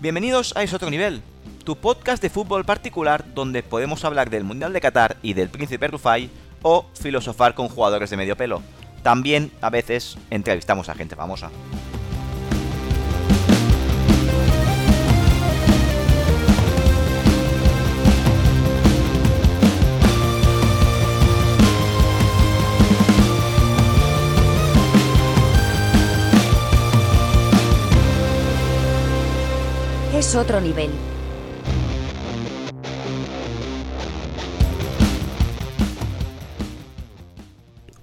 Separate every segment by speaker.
Speaker 1: Bienvenidos a Es Otro Nivel, tu podcast de fútbol particular donde podemos hablar del Mundial de Qatar y del Príncipe Rufai o filosofar con jugadores de medio pelo. También, a veces, entrevistamos a gente famosa.
Speaker 2: Es otro nivel.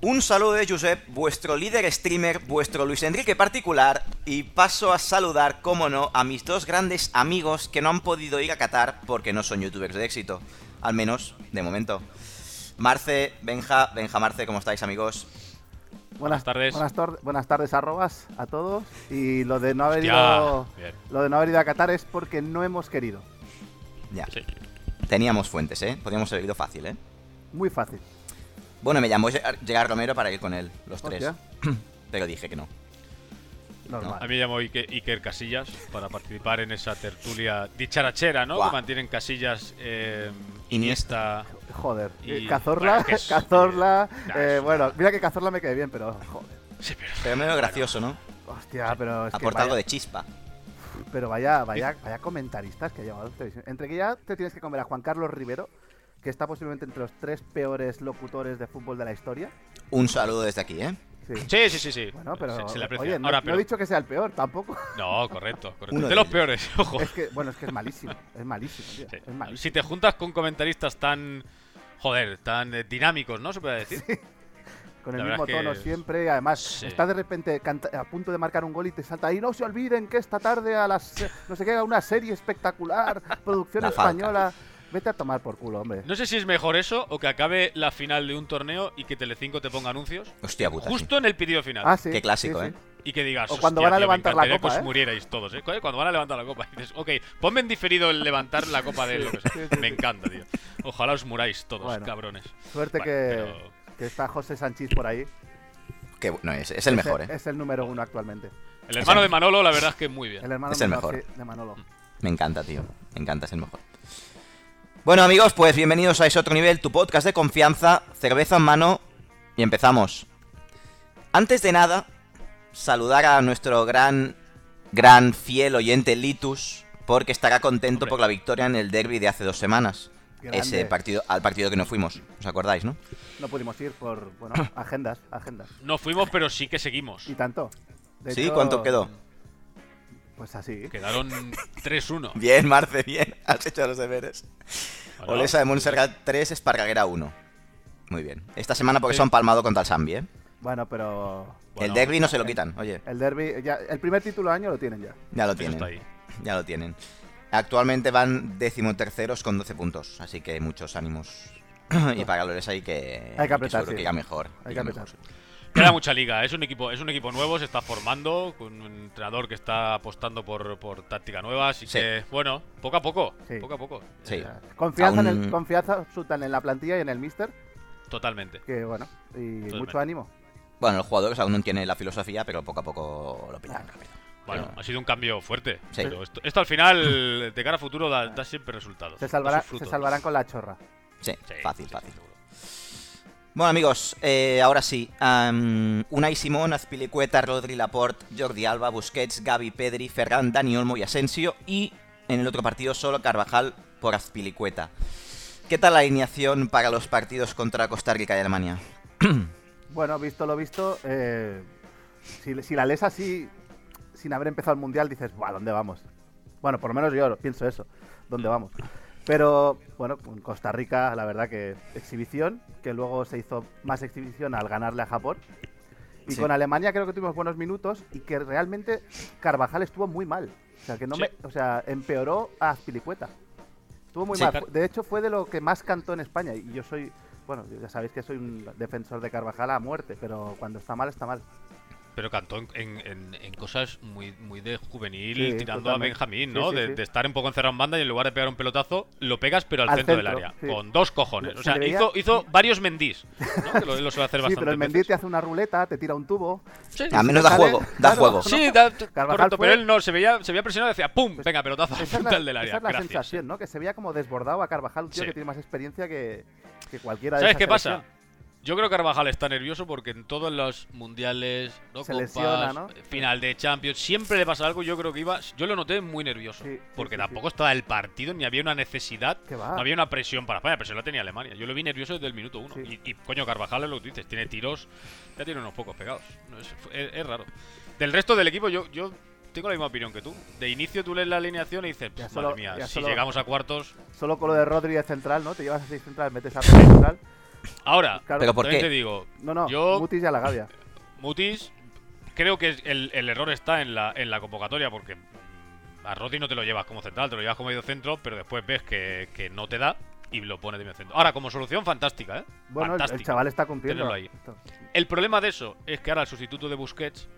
Speaker 1: Un saludo de Josep, vuestro líder streamer, vuestro Luis Enrique particular, y paso a saludar, como no, a mis dos grandes amigos que no han podido ir a Qatar porque no son youtubers de éxito. Al menos, de momento. Marce, Benja, Benja Marce, ¿cómo estáis amigos?
Speaker 3: Buenas,
Speaker 4: tardes.
Speaker 3: Buenas, tor- buenas tardes, arrobas, a todos. Y lo de no haber
Speaker 4: Hostia,
Speaker 3: ido,
Speaker 4: bien.
Speaker 3: lo de no haber ido a Qatar es porque no hemos querido.
Speaker 1: Ya,
Speaker 4: Sí.
Speaker 1: teníamos fuentes, ¿eh? Podríamos haber ido fácil, ¿eh?
Speaker 3: Muy fácil.
Speaker 1: Bueno, me llamó Gerard Gerard Romero para ir con él, los tres.
Speaker 3: Hostia.
Speaker 1: Pero dije que no.
Speaker 3: Normal.
Speaker 4: A mí me llamó Ike- Iker Casillas para participar en esa tertulia dicharachera, ¿no?
Speaker 1: Guau.
Speaker 4: Que mantienen Casillas eh,
Speaker 1: Iniesta.
Speaker 4: Iniesta.
Speaker 3: Joder. eh,
Speaker 4: Y-
Speaker 3: Cazorla,
Speaker 4: bueno, que es-
Speaker 3: Cazorla.
Speaker 4: Nah,
Speaker 3: eh,
Speaker 4: es una-
Speaker 3: bueno, mira que Cazorla me quedé bien, pero joder.
Speaker 4: Sí, pero
Speaker 1: Pero menos gracioso, ¿no?
Speaker 3: Hostia, pero es que
Speaker 1: Aporta algo de
Speaker 3: vaya,
Speaker 1: chispa.
Speaker 3: pero vaya, vaya, vaya comentaristas que ha llamado la televisión. Entre que ya te tienes que comer a Juan Carlos Rivero, que está posiblemente entre los tres peores locutores de fútbol de la historia.
Speaker 1: Un saludo desde aquí, ¿eh?
Speaker 3: Sí.
Speaker 4: Sí, sí, sí, sí.
Speaker 3: Bueno, pero
Speaker 4: se, se le aprecia.
Speaker 3: oye, no,
Speaker 4: Ahora,
Speaker 3: no
Speaker 4: pero...
Speaker 3: he dicho que sea el peor, tampoco.
Speaker 4: No, correcto, correcto.
Speaker 1: Uno
Speaker 4: de,
Speaker 1: de
Speaker 4: los
Speaker 1: ellos.
Speaker 4: peores, ojo.
Speaker 3: Es que, bueno, es que es malísimo. Es malísimo, tío.
Speaker 4: Sí.
Speaker 3: Es malísimo.
Speaker 4: Si te juntas con comentaristas tan. Joder, tan eh, dinámicos, ¿no? Se puede decir.
Speaker 3: Con el
Speaker 4: La
Speaker 3: mismo
Speaker 4: verdad es que
Speaker 3: tono
Speaker 4: es-
Speaker 3: siempre. Además,
Speaker 4: Sí.
Speaker 3: está de repente canta- a punto de marcar un gol y te salta. Y no se olviden que esta tarde a las. eh, No sé qué, una serie espectacular, producción
Speaker 1: La Falca.
Speaker 3: española. Vete a tomar por culo, hombre.
Speaker 4: No sé si es mejor eso o que acabe la final de un torneo y que Telecinco te ponga anuncios
Speaker 1: Hostia puta. sí.
Speaker 4: justo en el pedido final.
Speaker 3: Ah, sí,
Speaker 1: Qué clásico,
Speaker 3: sí,
Speaker 1: ¿eh?
Speaker 3: sí.
Speaker 4: Y que digas.
Speaker 3: O cuando van a
Speaker 4: "Hostia, tío, me
Speaker 3: levantar la
Speaker 4: encantaría que
Speaker 3: copa,
Speaker 4: os
Speaker 3: ¿eh?".
Speaker 4: murierais todos, ¿eh? Joder, Cuando van a levantar la copa. Y dices, ok, ponme en diferido el levantar la copa de lo que sea".
Speaker 3: sí, sí,
Speaker 4: Me
Speaker 3: sí.
Speaker 4: encanta, tío. Ojalá os muráis todos,
Speaker 3: Bueno.
Speaker 4: cabrones.
Speaker 3: Suerte
Speaker 4: Vale,
Speaker 3: que,
Speaker 4: pero-
Speaker 3: que está José Sánchez por ahí.
Speaker 1: Qué bu- no, es, es el mejor,
Speaker 3: es,
Speaker 1: ¿eh?
Speaker 3: es el número uno actualmente.
Speaker 4: El hermano de Manolo, la verdad es que muy bien.
Speaker 3: El hermano
Speaker 1: Es el
Speaker 3: menor,
Speaker 1: mejor.
Speaker 3: sí, de Manolo.
Speaker 4: Mm.
Speaker 1: Me encanta, tío. Me encanta, es el mejor. Bueno, amigos, pues bienvenidos a ese otro nivel, tu podcast de confianza, cerveza en mano y empezamos. Antes de nada, saludar a nuestro gran, gran fiel oyente Litus, porque estará contento
Speaker 4: Hombre.
Speaker 1: por la victoria en el derby de hace dos semanas.
Speaker 3: Grande.
Speaker 1: Ese partido, al partido que no fuimos, ¿os acordáis, no?
Speaker 3: No pudimos ir por, bueno, agendas, agendas.
Speaker 4: No fuimos, pero sí que seguimos.
Speaker 3: Y tanto. De
Speaker 1: sí,
Speaker 3: hecho,
Speaker 1: ¿cuánto quedó?
Speaker 3: Pues así.
Speaker 4: Quedaron 3-1.
Speaker 1: Bien, Marce, bien. Has hecho los deberes.
Speaker 4: Bueno,
Speaker 1: Olesa de Montserrat 3, Espargaguera 1. Muy bien. Esta semana porque
Speaker 4: Sí.
Speaker 1: son palmado contra el Sambi, ¿eh?
Speaker 3: Bueno, pero
Speaker 4: bueno, eh,
Speaker 1: el derby no se lo quitan, oye.
Speaker 3: el derby, ya, el primer título del año lo tienen ya.
Speaker 1: Ya lo
Speaker 4: eso está
Speaker 1: tienen.
Speaker 4: ahí.
Speaker 1: Ya lo tienen. Actualmente van decimoterceros con 12 puntos, así que muchos ánimos. y para Olesa hay que,
Speaker 3: Hay que apretar,
Speaker 1: seguro
Speaker 3: sí.
Speaker 1: que irá mejor.
Speaker 3: Hay que
Speaker 1: irá
Speaker 3: apretar.
Speaker 1: mejor.
Speaker 4: Queda mucha liga. ¿eh? Es un equipo, es un equipo nuevo, se está formando, con un entrenador que está apostando por, por táctica nueva, así
Speaker 1: Sí.
Speaker 4: que bueno, poco a poco,
Speaker 3: Sí.
Speaker 4: poco a poco,
Speaker 1: Sí.
Speaker 3: Ya. Confianza, en
Speaker 1: Aún-
Speaker 3: el, confianza absoluta en la plantilla y en el mister,
Speaker 4: totalmente.
Speaker 3: que bueno, y mucho
Speaker 4: Totalmente.
Speaker 3: ánimo.
Speaker 1: Bueno, los jugadores aún no tienen la filosofía, pero poco a poco lo pillan rápido.
Speaker 4: Bueno,
Speaker 1: Pero-
Speaker 4: ha sido un cambio fuerte.
Speaker 1: Sí.
Speaker 4: Pero esto, esto al final, de cara a futuro, da, da siempre resultados.
Speaker 3: Se,
Speaker 4: da
Speaker 3: salvará-
Speaker 4: sus
Speaker 3: se
Speaker 4: frutos.
Speaker 3: salvarán con la chorra.
Speaker 1: Sí,
Speaker 4: Sí,
Speaker 1: fácil,
Speaker 4: sí, sí,
Speaker 1: fácil.
Speaker 4: seguro.
Speaker 1: Bueno amigos, eh, ahora sí. am, Unai Simón, Azpilicueta, Rodri Laporte, Jordi Alba, Busquets, Gaby Pedri, Ferran, Dani Olmo y Asensio. Y en el otro partido solo Carvajal por Azpilicueta. ¿Qué tal la alineación para los partidos contra Costa Rica y Alemania?
Speaker 3: Bueno, visto lo visto, eh, si, si la lees así, sin haber empezado el mundial, dices, "Buah, ¿dónde vamos? Bueno, por lo menos yo pienso eso, ¿dónde vamos? Pero bueno, con Costa Rica, la verdad que exhibición, que luego se hizo más exhibición al ganarle a Japón. Y
Speaker 1: Sí.
Speaker 3: con Alemania creo que tuvimos buenos minutos y que realmente Carvajal estuvo muy mal. O sea, que no
Speaker 4: Sí.
Speaker 3: me, o sea, empeoró a Azpilicueta. Estuvo muy
Speaker 1: Sí,
Speaker 3: mal.
Speaker 1: claro.
Speaker 3: De hecho, fue de lo que más cantó en España. Y yo soy, bueno, ya sabéis que soy un defensor de Carvajal a muerte, pero cuando está mal, está mal.
Speaker 4: Pero cantó en, en- en- en cosas muy, muy de juvenil,
Speaker 3: Sí,
Speaker 4: tirando a
Speaker 3: totalmente.
Speaker 4: Benjamín,
Speaker 3: Sí,
Speaker 4: ¿no?
Speaker 3: sí,
Speaker 4: de,
Speaker 3: sí.
Speaker 4: de estar un poco encerrado en banda y en lugar de pegar un pelotazo, lo pegas pero al,
Speaker 3: Al
Speaker 4: centro, del
Speaker 3: centro,
Speaker 4: área.
Speaker 3: sí.
Speaker 4: Con dos cojones.
Speaker 3: Se
Speaker 4: O sea,
Speaker 3: le veía-
Speaker 4: hizo, hizo varios mendís, ¿no? Que lo, lo suele hacer
Speaker 3: Sí,
Speaker 4: bastante.
Speaker 3: pero el Mendy te hace una ruleta, te tira un tubo.
Speaker 4: Sí,
Speaker 1: A menos da
Speaker 3: sale-
Speaker 1: juego, da
Speaker 3: claro.
Speaker 1: juego.
Speaker 4: Sí, da- correcto,
Speaker 3: fue- Pues
Speaker 4: pero él no, se veía, se veía presionado y decía, ¡pum! Venga, pelotazo al
Speaker 3: Esa es la,
Speaker 4: central del área.
Speaker 3: esa es la
Speaker 4: Gracias.
Speaker 3: sensación, ¿no? Que se veía como desbordado a Carvajal, un tío
Speaker 4: Sí.
Speaker 3: que tiene más experiencia que, que cualquiera de
Speaker 4: ¿Sabes
Speaker 3: esa
Speaker 4: qué pasa?
Speaker 3: selección.
Speaker 4: Yo creo que Carvajal está nervioso porque en todos los mundiales, ¿no?
Speaker 3: Se
Speaker 4: Copas, eh,
Speaker 3: lesiona, ¿no?
Speaker 4: final de Champions, siempre le pasa algo. Yo creo que iba, yo lo noté muy nervioso
Speaker 3: Sí, sí,
Speaker 4: porque
Speaker 3: sí, Ah.
Speaker 4: tampoco estaba el partido ni había una necesidad,
Speaker 3: Que va.
Speaker 4: no había una presión para España, presión la tenía Alemania. Yo lo vi nervioso desde el minuto uno.
Speaker 3: Sí.
Speaker 4: Y, y, coño, Carvajal es lo que tú dices, tiene tiros, ya tiene unos pocos pegados. No, es, es- es raro. Del resto del equipo, yo, yo tengo la misma opinión que tú. De inicio tú lees la alineación y dices,
Speaker 3: Ya
Speaker 4: "Pff,
Speaker 3: solo-
Speaker 4: madre mía,
Speaker 3: ya
Speaker 4: si
Speaker 3: solo-
Speaker 4: llegamos a cuartos.
Speaker 3: Solo con lo de Rodri de central, ¿no? Te llevas a seis central, metes a Rodri de central.
Speaker 4: Ahora,
Speaker 3: Claro,
Speaker 1: Pero por-
Speaker 4: también
Speaker 1: qué?
Speaker 4: te digo,
Speaker 3: no, no,
Speaker 4: yo-
Speaker 3: Mutis y a la Gavia.
Speaker 4: Mutis, creo que el, el error está en la, en la convocatoria porque mm, a Rodri no te lo llevas como central, te lo llevas como medio centro, pero después ves que, que no te da y lo pones de medio centro. Ahora, como solución, fantástica, ¿eh?
Speaker 3: Bueno, el- el,
Speaker 4: Fantástica.
Speaker 3: chaval está cumpliendo.
Speaker 4: Tenerlo ahí. El problema de eso es que ahora el sustituto de Busquets,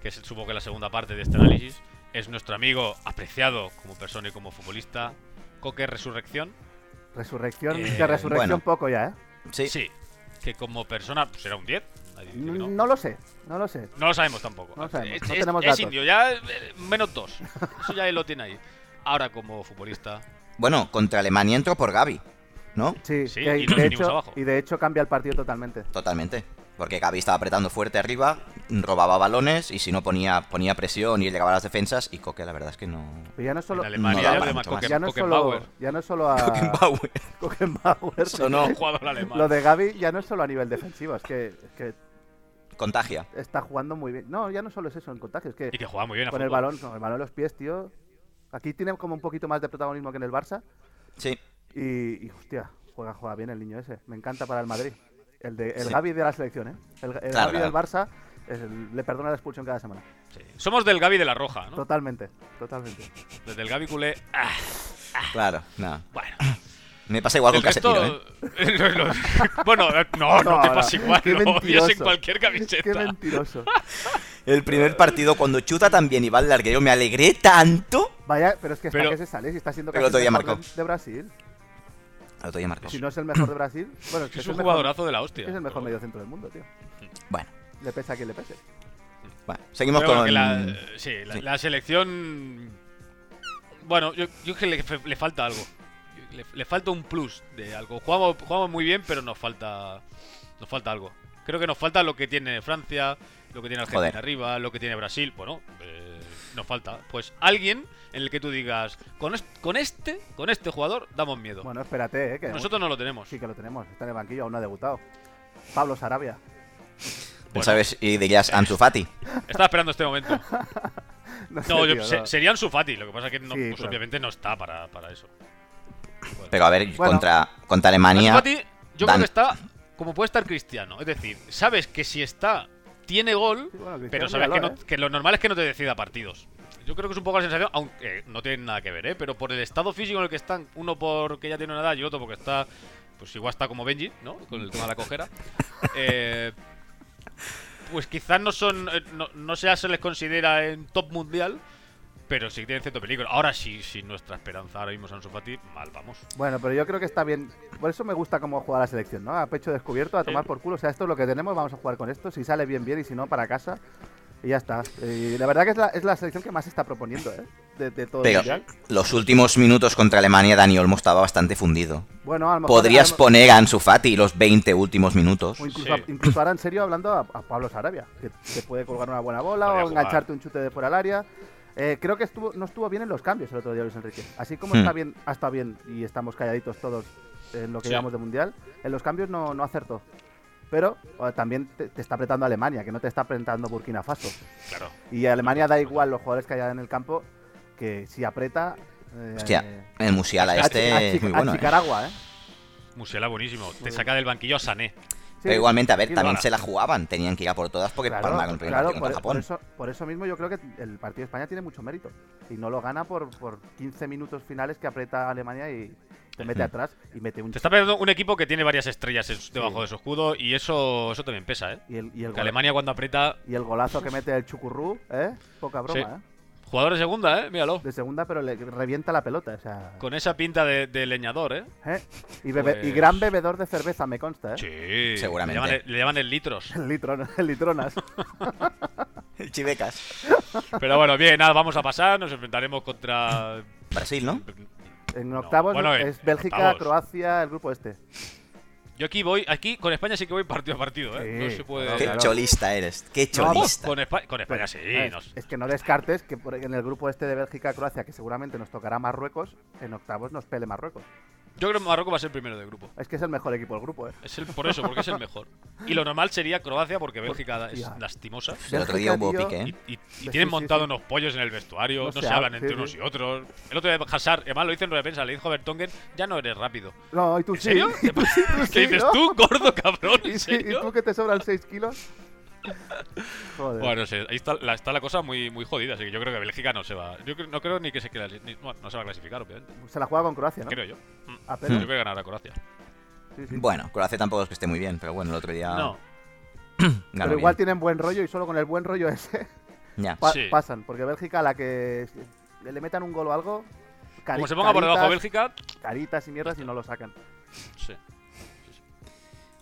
Speaker 4: que es supongo que la segunda parte de este análisis, es nuestro amigo apreciado como persona y como futbolista, Coque Resurrección.
Speaker 3: Resurrección,
Speaker 4: Eh,
Speaker 3: que resurrección
Speaker 1: bueno.
Speaker 3: poco ya, ¿eh?
Speaker 1: Sí.
Speaker 4: Sí, que como persona pues, será un 10. nadie dice que
Speaker 3: No.
Speaker 4: no.
Speaker 3: lo sé, no lo sé.
Speaker 4: No lo sabemos tampoco.
Speaker 3: No lo sabemos,
Speaker 4: Es,
Speaker 3: no
Speaker 4: es-
Speaker 3: tenemos
Speaker 4: es
Speaker 3: datos.
Speaker 4: indio, ya eh, menos dos. Eso ya él lo tiene ahí. Ahora como futbolista.
Speaker 1: Bueno, contra Alemania entró por Gaby, ¿no?
Speaker 3: Sí,
Speaker 4: Sí,
Speaker 3: que-
Speaker 4: y nos
Speaker 3: de
Speaker 4: vinimos
Speaker 3: hecho,
Speaker 4: abajo.
Speaker 3: y de hecho cambia el partido totalmente.
Speaker 1: Totalmente. Porque Gaby estaba apretando fuerte arriba, robaba balones y si no ponía, ponía presión y llegaba a las defensas y Coque la verdad es que no...
Speaker 3: Pero Pues ya no es solo.
Speaker 4: En Alemania
Speaker 1: no da
Speaker 4: ya
Speaker 1: para
Speaker 4: de más
Speaker 1: mucho más.
Speaker 4: Coque-
Speaker 3: ya no es
Speaker 4: Beckenbauer.
Speaker 3: solo, ya no es solo a
Speaker 1: Beckenbauer.
Speaker 3: Beckenbauer.
Speaker 1: Eso no.
Speaker 4: Un jugador alemán.
Speaker 3: Lo de Gaby ya no es solo a nivel defensivo, es que, es que
Speaker 1: Contagia.
Speaker 3: está jugando muy bien. No, ya no solo es eso en contagio, es que
Speaker 4: Y que juega muy bien a
Speaker 3: con el
Speaker 4: fútbol.
Speaker 3: balón, con el balón en los pies, tío. Aquí tiene como un poquito más de protagonismo que en el Barça.
Speaker 1: Sí.
Speaker 3: Y, y, hostia, juega, juega bien el niño ese. Me encanta para el Madrid. El, de, el
Speaker 1: Sí.
Speaker 3: Gavi de la selección, ¿eh? El, el
Speaker 1: Claro,
Speaker 3: Gavi
Speaker 1: claro.
Speaker 3: del Barça es- le perdona la expulsión cada semana.
Speaker 4: Sí. Somos del Gaby de la Roja, ¿no?
Speaker 3: Totalmente, totalmente.
Speaker 4: Desde el Gaby culé. ah,
Speaker 1: Claro, nada.
Speaker 4: bueno.
Speaker 1: Me pasa igual con
Speaker 4: El resto-
Speaker 1: Casetino, ¿eh?
Speaker 4: Lo- lo- bueno, eh, Oh, no, no,
Speaker 3: No,
Speaker 4: te
Speaker 3: no.
Speaker 4: pasa igual.
Speaker 3: Qué
Speaker 4: Lo odias en
Speaker 3: mentiroso.
Speaker 4: cualquier
Speaker 3: Qué
Speaker 4: camiseta.
Speaker 3: mentiroso.
Speaker 1: El primer partido cuando chuta también y va al larguero me alegré tanto.
Speaker 3: Vaya, pero es que
Speaker 4: Pero-
Speaker 3: ¿para qué se sale si está siendo
Speaker 1: pero
Speaker 3: casi
Speaker 1: otro
Speaker 3: el
Speaker 1: día
Speaker 3: mejor
Speaker 1: marcó.
Speaker 3: de, de Brasil.
Speaker 1: Al otro día Marcos.
Speaker 3: Si no es el mejor de Brasil, bueno,
Speaker 4: Es
Speaker 3: el
Speaker 4: un
Speaker 3: mejor-
Speaker 4: jugadorazo de la hostia.
Speaker 3: es el mejor
Speaker 4: Pero bueno.
Speaker 3: medio centro del mundo, tío.
Speaker 1: Bueno,
Speaker 3: Le pesa a quien le pese.
Speaker 1: bueno, seguimos
Speaker 4: Pero bueno,
Speaker 1: con...
Speaker 4: que la, sí, la,
Speaker 1: sí.
Speaker 4: la selección. Bueno, yo, yo creo que le, le falta algo. Le, le falta un plus de algo. Jugamos, jugamos muy bien, pero nos falta. Nos falta algo. Creo que nos falta lo que tiene Francia, lo que tiene Argentina
Speaker 1: Joder.
Speaker 4: arriba, lo que tiene Brasil. Bueno, eh, nos falta. Pues alguien en el que tú digas, con, est- con este, con este jugador, damos miedo.
Speaker 3: Bueno, espérate, ¿eh? Que
Speaker 4: Nosotros no lo tenemos.
Speaker 3: Sí que lo tenemos. Está en el banquillo, aún no ha debutado. Pablo Sarabia.
Speaker 1: ¿Sabes? Y dirías Ansu Fati.
Speaker 4: Estaba esperando este momento.
Speaker 3: No, sé,
Speaker 4: No, yo-
Speaker 3: tío,
Speaker 4: se-
Speaker 3: no.
Speaker 4: serían Sufati. Lo que pasa es que no,
Speaker 3: Sí,
Speaker 4: pues
Speaker 3: claro.
Speaker 4: obviamente no está para, para eso.
Speaker 1: Pero a ver,
Speaker 3: Bueno.
Speaker 1: contra, contra Alemania...
Speaker 4: Ancelotti, yo
Speaker 1: Dan-
Speaker 4: creo que está como puede estar Cristiano. Es decir, sabes que si está, tiene gol,
Speaker 3: Sí, bueno, Cristiano,
Speaker 4: pero sabes que,
Speaker 3: míralo, eh.
Speaker 4: no- que lo normal es que no te decida partidos. Yo creo que es un poco la sensación, aunque no tiene nada que ver, ¿eh? pero por el estado físico en el que están, uno porque ya tiene una edad y el otro porque está, pues igual está como Benji, ¿no? Con el tema de la cojera. Eh, pues quizás no son, eh, no, no sea se les considera en top mundial, pero sí tienen cierto peligro. Ahora sí, sí nuestra esperanza ahora mismo es Ansu Fati, mal vamos.
Speaker 3: Bueno, pero yo creo que está bien. Por eso me gusta cómo juega la selección, ¿no? A pecho descubierto, a tomar por culo. O sea, esto es lo que tenemos, vamos a jugar con esto. Si sale bien, bien, y si no, para casa. Y ya está. Y la verdad que es la, es la selección que más se está proponiendo, ¿eh? De, de todo el
Speaker 1: Pero
Speaker 3: mundial.
Speaker 1: los últimos minutos contra Alemania Dani Olmo estaba bastante fundido.
Speaker 3: Bueno, a lo mejor.
Speaker 1: Podrías
Speaker 3: a lo-
Speaker 1: poner a Ansu Fati los 20 últimos minutos.
Speaker 3: o incluso,
Speaker 4: Sí.
Speaker 3: incluso ahora en serio hablando a, a Pablo Sarabia, que te puede colgar una buena bola
Speaker 4: Podría
Speaker 3: o
Speaker 4: jugar.
Speaker 3: engancharte un chute de fuera al área. Eh, creo que estuvo, no estuvo bien en los cambios el otro día Luis Enrique. Así como
Speaker 1: Hmm.
Speaker 3: está bien, ha estado bien y estamos calladitos todos en lo que
Speaker 4: Sí.
Speaker 3: llevamos de mundial, en los cambios no, no acertó. Pero eh, también te, te está apretando Alemania, que no te está apretando Burkina Faso.
Speaker 4: Claro.
Speaker 3: Y a Alemania da igual los jugadores que haya en el campo, que si aprieta... eh,
Speaker 1: Hostia, el Musiala
Speaker 3: a- a
Speaker 1: este es
Speaker 3: Chi-
Speaker 1: muy
Speaker 3: a
Speaker 1: bueno. ¿eh?
Speaker 3: Chicaragua, ¿eh?
Speaker 4: Musiala buenísimo. Te saca del banquillo a Sané.
Speaker 1: Pero igualmente, a ver,
Speaker 3: Sí,
Speaker 1: también
Speaker 4: ahora.
Speaker 1: se la jugaban. Tenían que ir a por todas porque
Speaker 3: Claro,
Speaker 1: palmaron el primer
Speaker 3: claro,
Speaker 1: partido contra
Speaker 3: por, por
Speaker 1: Japón.
Speaker 3: eso, por eso mismo yo creo que el partido de España tiene mucho mérito. Y no lo gana por, por 15 minutos finales que aprieta Alemania y se mete atrás y mete un...
Speaker 4: Te está perdiendo un equipo que tiene varias estrellas en su- debajo
Speaker 3: Sí.
Speaker 4: de su escudo y eso, eso también pesa, ¿eh?
Speaker 3: Y el, y el
Speaker 4: Que
Speaker 3: gol-
Speaker 4: Alemania cuando aprieta...
Speaker 3: y el golazo que mete el Chucurrú, ¿eh? Poca broma,
Speaker 4: Sí.
Speaker 3: ¿eh?
Speaker 4: Jugador de segunda, ¿eh? Míralo.
Speaker 3: De segunda, pero le revienta la pelota, o sea...
Speaker 4: Con esa pinta de, de leñador, ¿eh?
Speaker 3: ¿eh? Y, bebe- y
Speaker 4: Pues-
Speaker 3: gran bebedor de cerveza, me consta, ¿eh?
Speaker 4: Sí.
Speaker 1: Seguramente.
Speaker 4: Le llaman, el- le llaman el litros.
Speaker 3: El litron- el litronas.
Speaker 1: El Chivecas.
Speaker 4: Pero bueno, bien, nada, vamos a pasar. Nos enfrentaremos contra...
Speaker 1: Brasil, ¿no?
Speaker 3: En
Speaker 4: No,
Speaker 3: octavos
Speaker 4: bueno, en
Speaker 3: es Bélgica,
Speaker 4: octavos.
Speaker 3: Croacia, el grupo este.
Speaker 4: Yo aquí voy, aquí con España sí que voy partido a partido, ¿eh?
Speaker 3: Sí,
Speaker 4: no se puede.
Speaker 1: Qué
Speaker 3: claro.
Speaker 1: cholista eres. Qué
Speaker 4: No,
Speaker 1: cholista.
Speaker 4: con, Espa- con España Pues sí,
Speaker 3: Pero,
Speaker 4: nos-
Speaker 3: ¿sabes? Pues, Es que no descartes que por- en el grupo este de Bélgica, Croacia, que seguramente nos tocará Marruecos, en octavos nos pele Marruecos.
Speaker 4: Yo creo que Marruecos va a ser el primero del grupo.
Speaker 3: Es que es el mejor equipo del grupo, ¿eh?
Speaker 4: Es el, por eso, porque es el mejor. Y lo normal sería Croacia, porque Bélgica es
Speaker 3: Hostia.
Speaker 4: lastimosa.
Speaker 1: Pues El otro día
Speaker 3: Bélgica,
Speaker 1: hubo
Speaker 3: tío,
Speaker 1: pique,
Speaker 4: Y,
Speaker 1: ¿eh?
Speaker 4: y- y
Speaker 3: Sí,
Speaker 4: tienen
Speaker 3: sí,
Speaker 4: montado
Speaker 3: sí.
Speaker 4: unos pollos en el vestuario,
Speaker 3: No
Speaker 4: no,
Speaker 3: se
Speaker 4: se,
Speaker 3: habla,
Speaker 4: hablan entre
Speaker 3: sí,
Speaker 4: unos
Speaker 3: sí.
Speaker 4: y otros. El otro día Hazard, además lo hizo en rueda de prensa, le dijo a Vertonghen, ya no eres rápido.
Speaker 3: No, y tú
Speaker 4: ¿En
Speaker 3: sí.
Speaker 4: serio?
Speaker 3: Y tú sí, tú
Speaker 4: ¿Qué
Speaker 3: sí,
Speaker 4: dices
Speaker 3: ¿no?
Speaker 4: tú, gordo cabrón?
Speaker 3: Y,
Speaker 4: ¿En
Speaker 3: sí, y tú
Speaker 4: serio?
Speaker 3: que te sobran 6 kilos. Joder.
Speaker 4: Bueno, no sé, ahí está la, está la cosa muy, muy jodida, así que yo creo que Bélgica no se va. Yo creo- no creo ni que se quede, ni- bueno, no se va a clasificar, obviamente.
Speaker 3: Se la juega con Croacia, ¿no? Mm.
Speaker 4: Creo Hmm. yo. Yo
Speaker 3: Apenas.
Speaker 4: creo que ganará Croacia.
Speaker 3: Sí, sí.
Speaker 1: Bueno, Croacia tampoco es que esté muy bien, pero bueno, el otro día
Speaker 4: No,
Speaker 1: ganó
Speaker 3: Pero igual
Speaker 1: bien.
Speaker 3: tienen buen rollo y solo con el buen rollo ese
Speaker 1: Ya.
Speaker 3: pa-
Speaker 4: Sí.
Speaker 3: pasan. Porque Bélgica, a la que le le metan un gol o algo, cari-
Speaker 4: como se ponga por debajo
Speaker 3: caritas-
Speaker 4: Bélgica,
Speaker 3: Caritas y mierdas y no lo sacan.
Speaker 4: sí.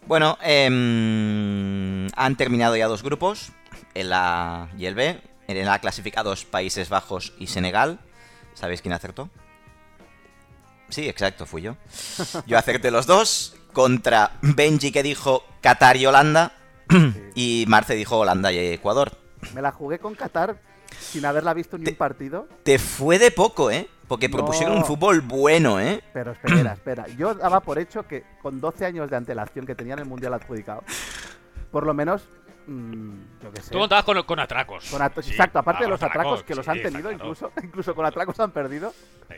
Speaker 1: Bueno, em, han terminado ya dos grupos, el A y el B. En el A clasificados Países Bajos y Senegal. ¿Sabéis quién acertó? Sí, exacto, fui yo. Yo acerté los dos contra Benji que dijo Qatar y Holanda Hmm. y Marce dijo Holanda y Ecuador.
Speaker 3: Me la jugué con Qatar sin haberla visto ni
Speaker 1: Te-
Speaker 3: un partido.
Speaker 1: Te fue de poco, ¿eh? Porque propusieron
Speaker 3: No.
Speaker 1: un fútbol bueno, ¿eh?
Speaker 3: Pero espera, espera. Yo daba por hecho que con 12 años de antelación que tenían el mundial adjudicado, por lo menos, mm, yo qué sé.
Speaker 4: Tú contabas con, con atracos.
Speaker 3: con at-
Speaker 4: Sí,
Speaker 3: exacto, aparte de
Speaker 4: con
Speaker 3: los atracos que
Speaker 4: sí,
Speaker 3: los han
Speaker 4: está
Speaker 3: tenido,
Speaker 4: claro.
Speaker 3: incluso, pues incluso con atracos han perdido.
Speaker 4: Sí.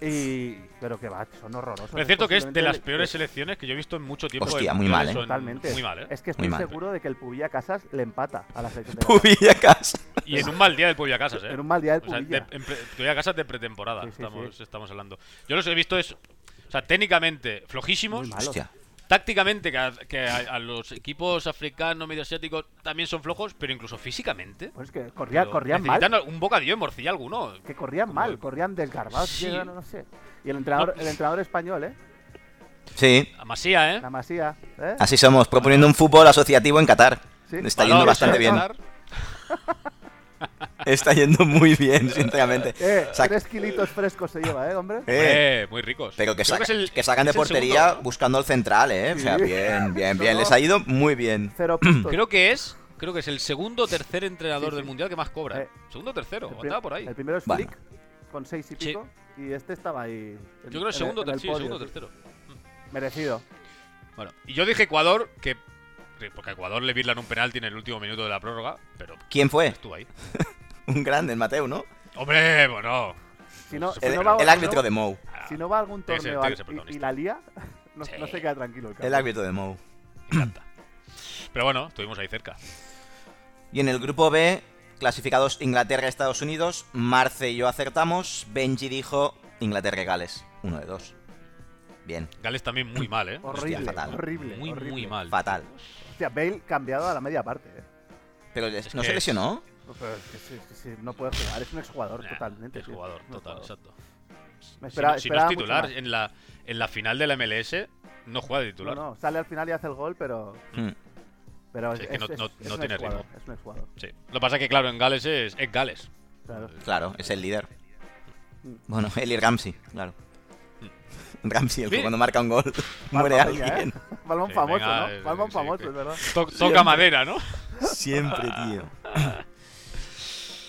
Speaker 3: Y. Pero que va, son horrorosos.
Speaker 4: Pero es cierto que es de las peores
Speaker 3: posiblemente- pues
Speaker 4: selecciones que yo he visto en mucho tiempo.
Speaker 1: Hostia,
Speaker 4: en
Speaker 1: muy mal,
Speaker 4: mundiales
Speaker 1: ¿eh?
Speaker 4: o en-
Speaker 3: Totalmente.
Speaker 4: Muy mal, ¿eh?
Speaker 3: Es que
Speaker 1: Muy
Speaker 3: estoy
Speaker 1: mal.
Speaker 3: seguro de que el Pubilla Casas le empata a la selección de Gales.
Speaker 1: Pubilla Casas.
Speaker 4: Y en un mal día del Puebla Casas, ¿eh?
Speaker 3: En un mal día del
Speaker 4: O sea, de-
Speaker 3: Pubilla.
Speaker 4: en pre- Puebla Casas de pretemporada,
Speaker 3: Sí, sí,
Speaker 4: estamos, estamos hablando. Yo los he visto eso. O sea, técnicamente flojísimos,
Speaker 3: Muy mal. Malos.
Speaker 1: Hostia.
Speaker 4: tácticamente que, a, que a- a los equipos africanos, medioasiáticos también son flojos, pero incluso físicamente.
Speaker 3: Pues que corría,
Speaker 4: pero
Speaker 3: corrían mal.
Speaker 4: necesitan un bocadillo de morcilla alguno.
Speaker 3: Que corrían
Speaker 4: Como
Speaker 3: mal,
Speaker 4: el-
Speaker 3: corrían desgarbados.
Speaker 4: Sí.
Speaker 3: llegan, no sé. Y el entrenador, el entrenador español, ¿eh?
Speaker 1: Sí,
Speaker 4: A Masía, ¿eh?
Speaker 3: La Masía, ¿eh?
Speaker 1: Así somos, proponiendo un fútbol asociativo en Qatar.
Speaker 3: Sí.
Speaker 1: Está yendo
Speaker 4: Valor,
Speaker 1: bastante bien.
Speaker 4: Qatar.
Speaker 1: Está yendo muy bien, sinceramente.
Speaker 3: Eh,
Speaker 1: Sac-
Speaker 3: tres kilitos frescos se lleva, ¿eh, hombre?
Speaker 1: Eh,
Speaker 4: Eh, muy ricos.
Speaker 1: pero que,
Speaker 4: Creo
Speaker 1: saca-
Speaker 4: es el-
Speaker 1: que sacan de
Speaker 4: es el
Speaker 1: portería
Speaker 4: segundo, ¿no?
Speaker 1: buscando el central, ¿eh? O sea,
Speaker 3: Sí.
Speaker 1: bien, bien,
Speaker 3: No,
Speaker 1: bien.
Speaker 3: no.
Speaker 1: Les ha ido muy bien.
Speaker 3: Cero puntos.
Speaker 4: Creo que es. Creo que es el segundo o tercer entrenador
Speaker 3: Sí, sí.
Speaker 4: del mundial que más cobra. ¿eh?
Speaker 3: Eh.
Speaker 4: Segundo o tercero,
Speaker 3: El
Speaker 4: o
Speaker 3: prim-
Speaker 4: andaba por ahí.
Speaker 3: El primero es
Speaker 1: Bueno.
Speaker 3: Flick, con seis y
Speaker 4: Sí.
Speaker 3: pico. Y este estaba ahí. en-
Speaker 4: Yo creo que el
Speaker 3: en
Speaker 4: segundo,
Speaker 3: en el
Speaker 4: ter- sí, el
Speaker 3: podio,
Speaker 4: segundo
Speaker 3: sí.
Speaker 4: o tercero.
Speaker 3: Merecido.
Speaker 4: Bueno, y yo dije Ecuador, que. que- Porque a Ecuador le virlan un penalti en el último minuto de la prórroga, pero
Speaker 1: ¿Quién
Speaker 3: Eh.
Speaker 1: fue?
Speaker 4: estuvo ahí.
Speaker 1: Un grande, el Mateu, ¿no?
Speaker 4: ¡Hombre! Bueno.
Speaker 3: Si no, si
Speaker 1: El,
Speaker 3: no
Speaker 4: Pero
Speaker 3: va,
Speaker 1: el árbitro de Mou.
Speaker 4: Ah,
Speaker 3: si no va a algún
Speaker 4: Tiene que ser-
Speaker 3: torneo
Speaker 4: tiene que
Speaker 3: al-
Speaker 4: ser
Speaker 3: y- y,
Speaker 4: protagonista.
Speaker 3: la lía, no, no
Speaker 4: Sí.
Speaker 3: se queda tranquilo. El
Speaker 1: El
Speaker 3: cabrón.
Speaker 1: árbitro de Mou.
Speaker 4: Me encanta. Pero bueno, estuvimos ahí cerca.
Speaker 1: Y en el grupo B, clasificados Inglaterra y Estados Unidos, Marce y yo acertamos. Benji dijo Inglaterra y Gales. Uno de dos. Bien,
Speaker 4: Gales también muy mal, ¿eh?
Speaker 3: horrible,
Speaker 1: Hostia, fatal.
Speaker 3: horrible.
Speaker 4: Muy,
Speaker 3: horrible.
Speaker 4: muy mal.
Speaker 1: fatal.
Speaker 3: Hostia, Bale cambiado a la media parte. eh.
Speaker 1: Pero les-
Speaker 4: Es
Speaker 1: no
Speaker 4: que
Speaker 1: se
Speaker 4: es-
Speaker 1: lesionó.
Speaker 3: O sea, es que sí, es que sí, no puede jugar, es un exjugador
Speaker 4: Nah,
Speaker 3: totalmente.
Speaker 4: es
Speaker 3: tío.
Speaker 4: jugador,
Speaker 3: Un
Speaker 4: total,
Speaker 3: exjugador.
Speaker 4: exacto.
Speaker 3: Me
Speaker 4: Si
Speaker 3: espera-
Speaker 4: no- si no
Speaker 3: esperaba
Speaker 4: es
Speaker 3: mucho
Speaker 4: titular,
Speaker 3: más.
Speaker 4: en la, en la final de la MLS no juega de titular.
Speaker 3: No, no, sale al final y hace el gol, pero.
Speaker 1: Mm.
Speaker 3: pero
Speaker 4: Sí, es que no- no- no
Speaker 3: un
Speaker 4: tiene
Speaker 3: exjugador,
Speaker 4: ritmo.
Speaker 3: Es un exjugador.
Speaker 4: Sí. Lo que pasa es que, claro, en Gales es, es Gales.
Speaker 3: claro.
Speaker 1: Claro, es el líder.
Speaker 4: Mm.
Speaker 1: Bueno, él y Ramsey, claro. Ramsey, el que
Speaker 4: Sí.
Speaker 1: cuando marca un gol muere
Speaker 3: Palma peña,
Speaker 1: alguien.
Speaker 3: ¿eh? Palmón
Speaker 4: Sí,
Speaker 3: famoso,
Speaker 4: venga, eh,
Speaker 3: ¿no? Palmón
Speaker 4: sí,
Speaker 3: famoso,
Speaker 4: que-
Speaker 3: es verdad.
Speaker 4: To-
Speaker 1: Siempre.
Speaker 4: toca madera, ¿no?
Speaker 1: Siempre, tío.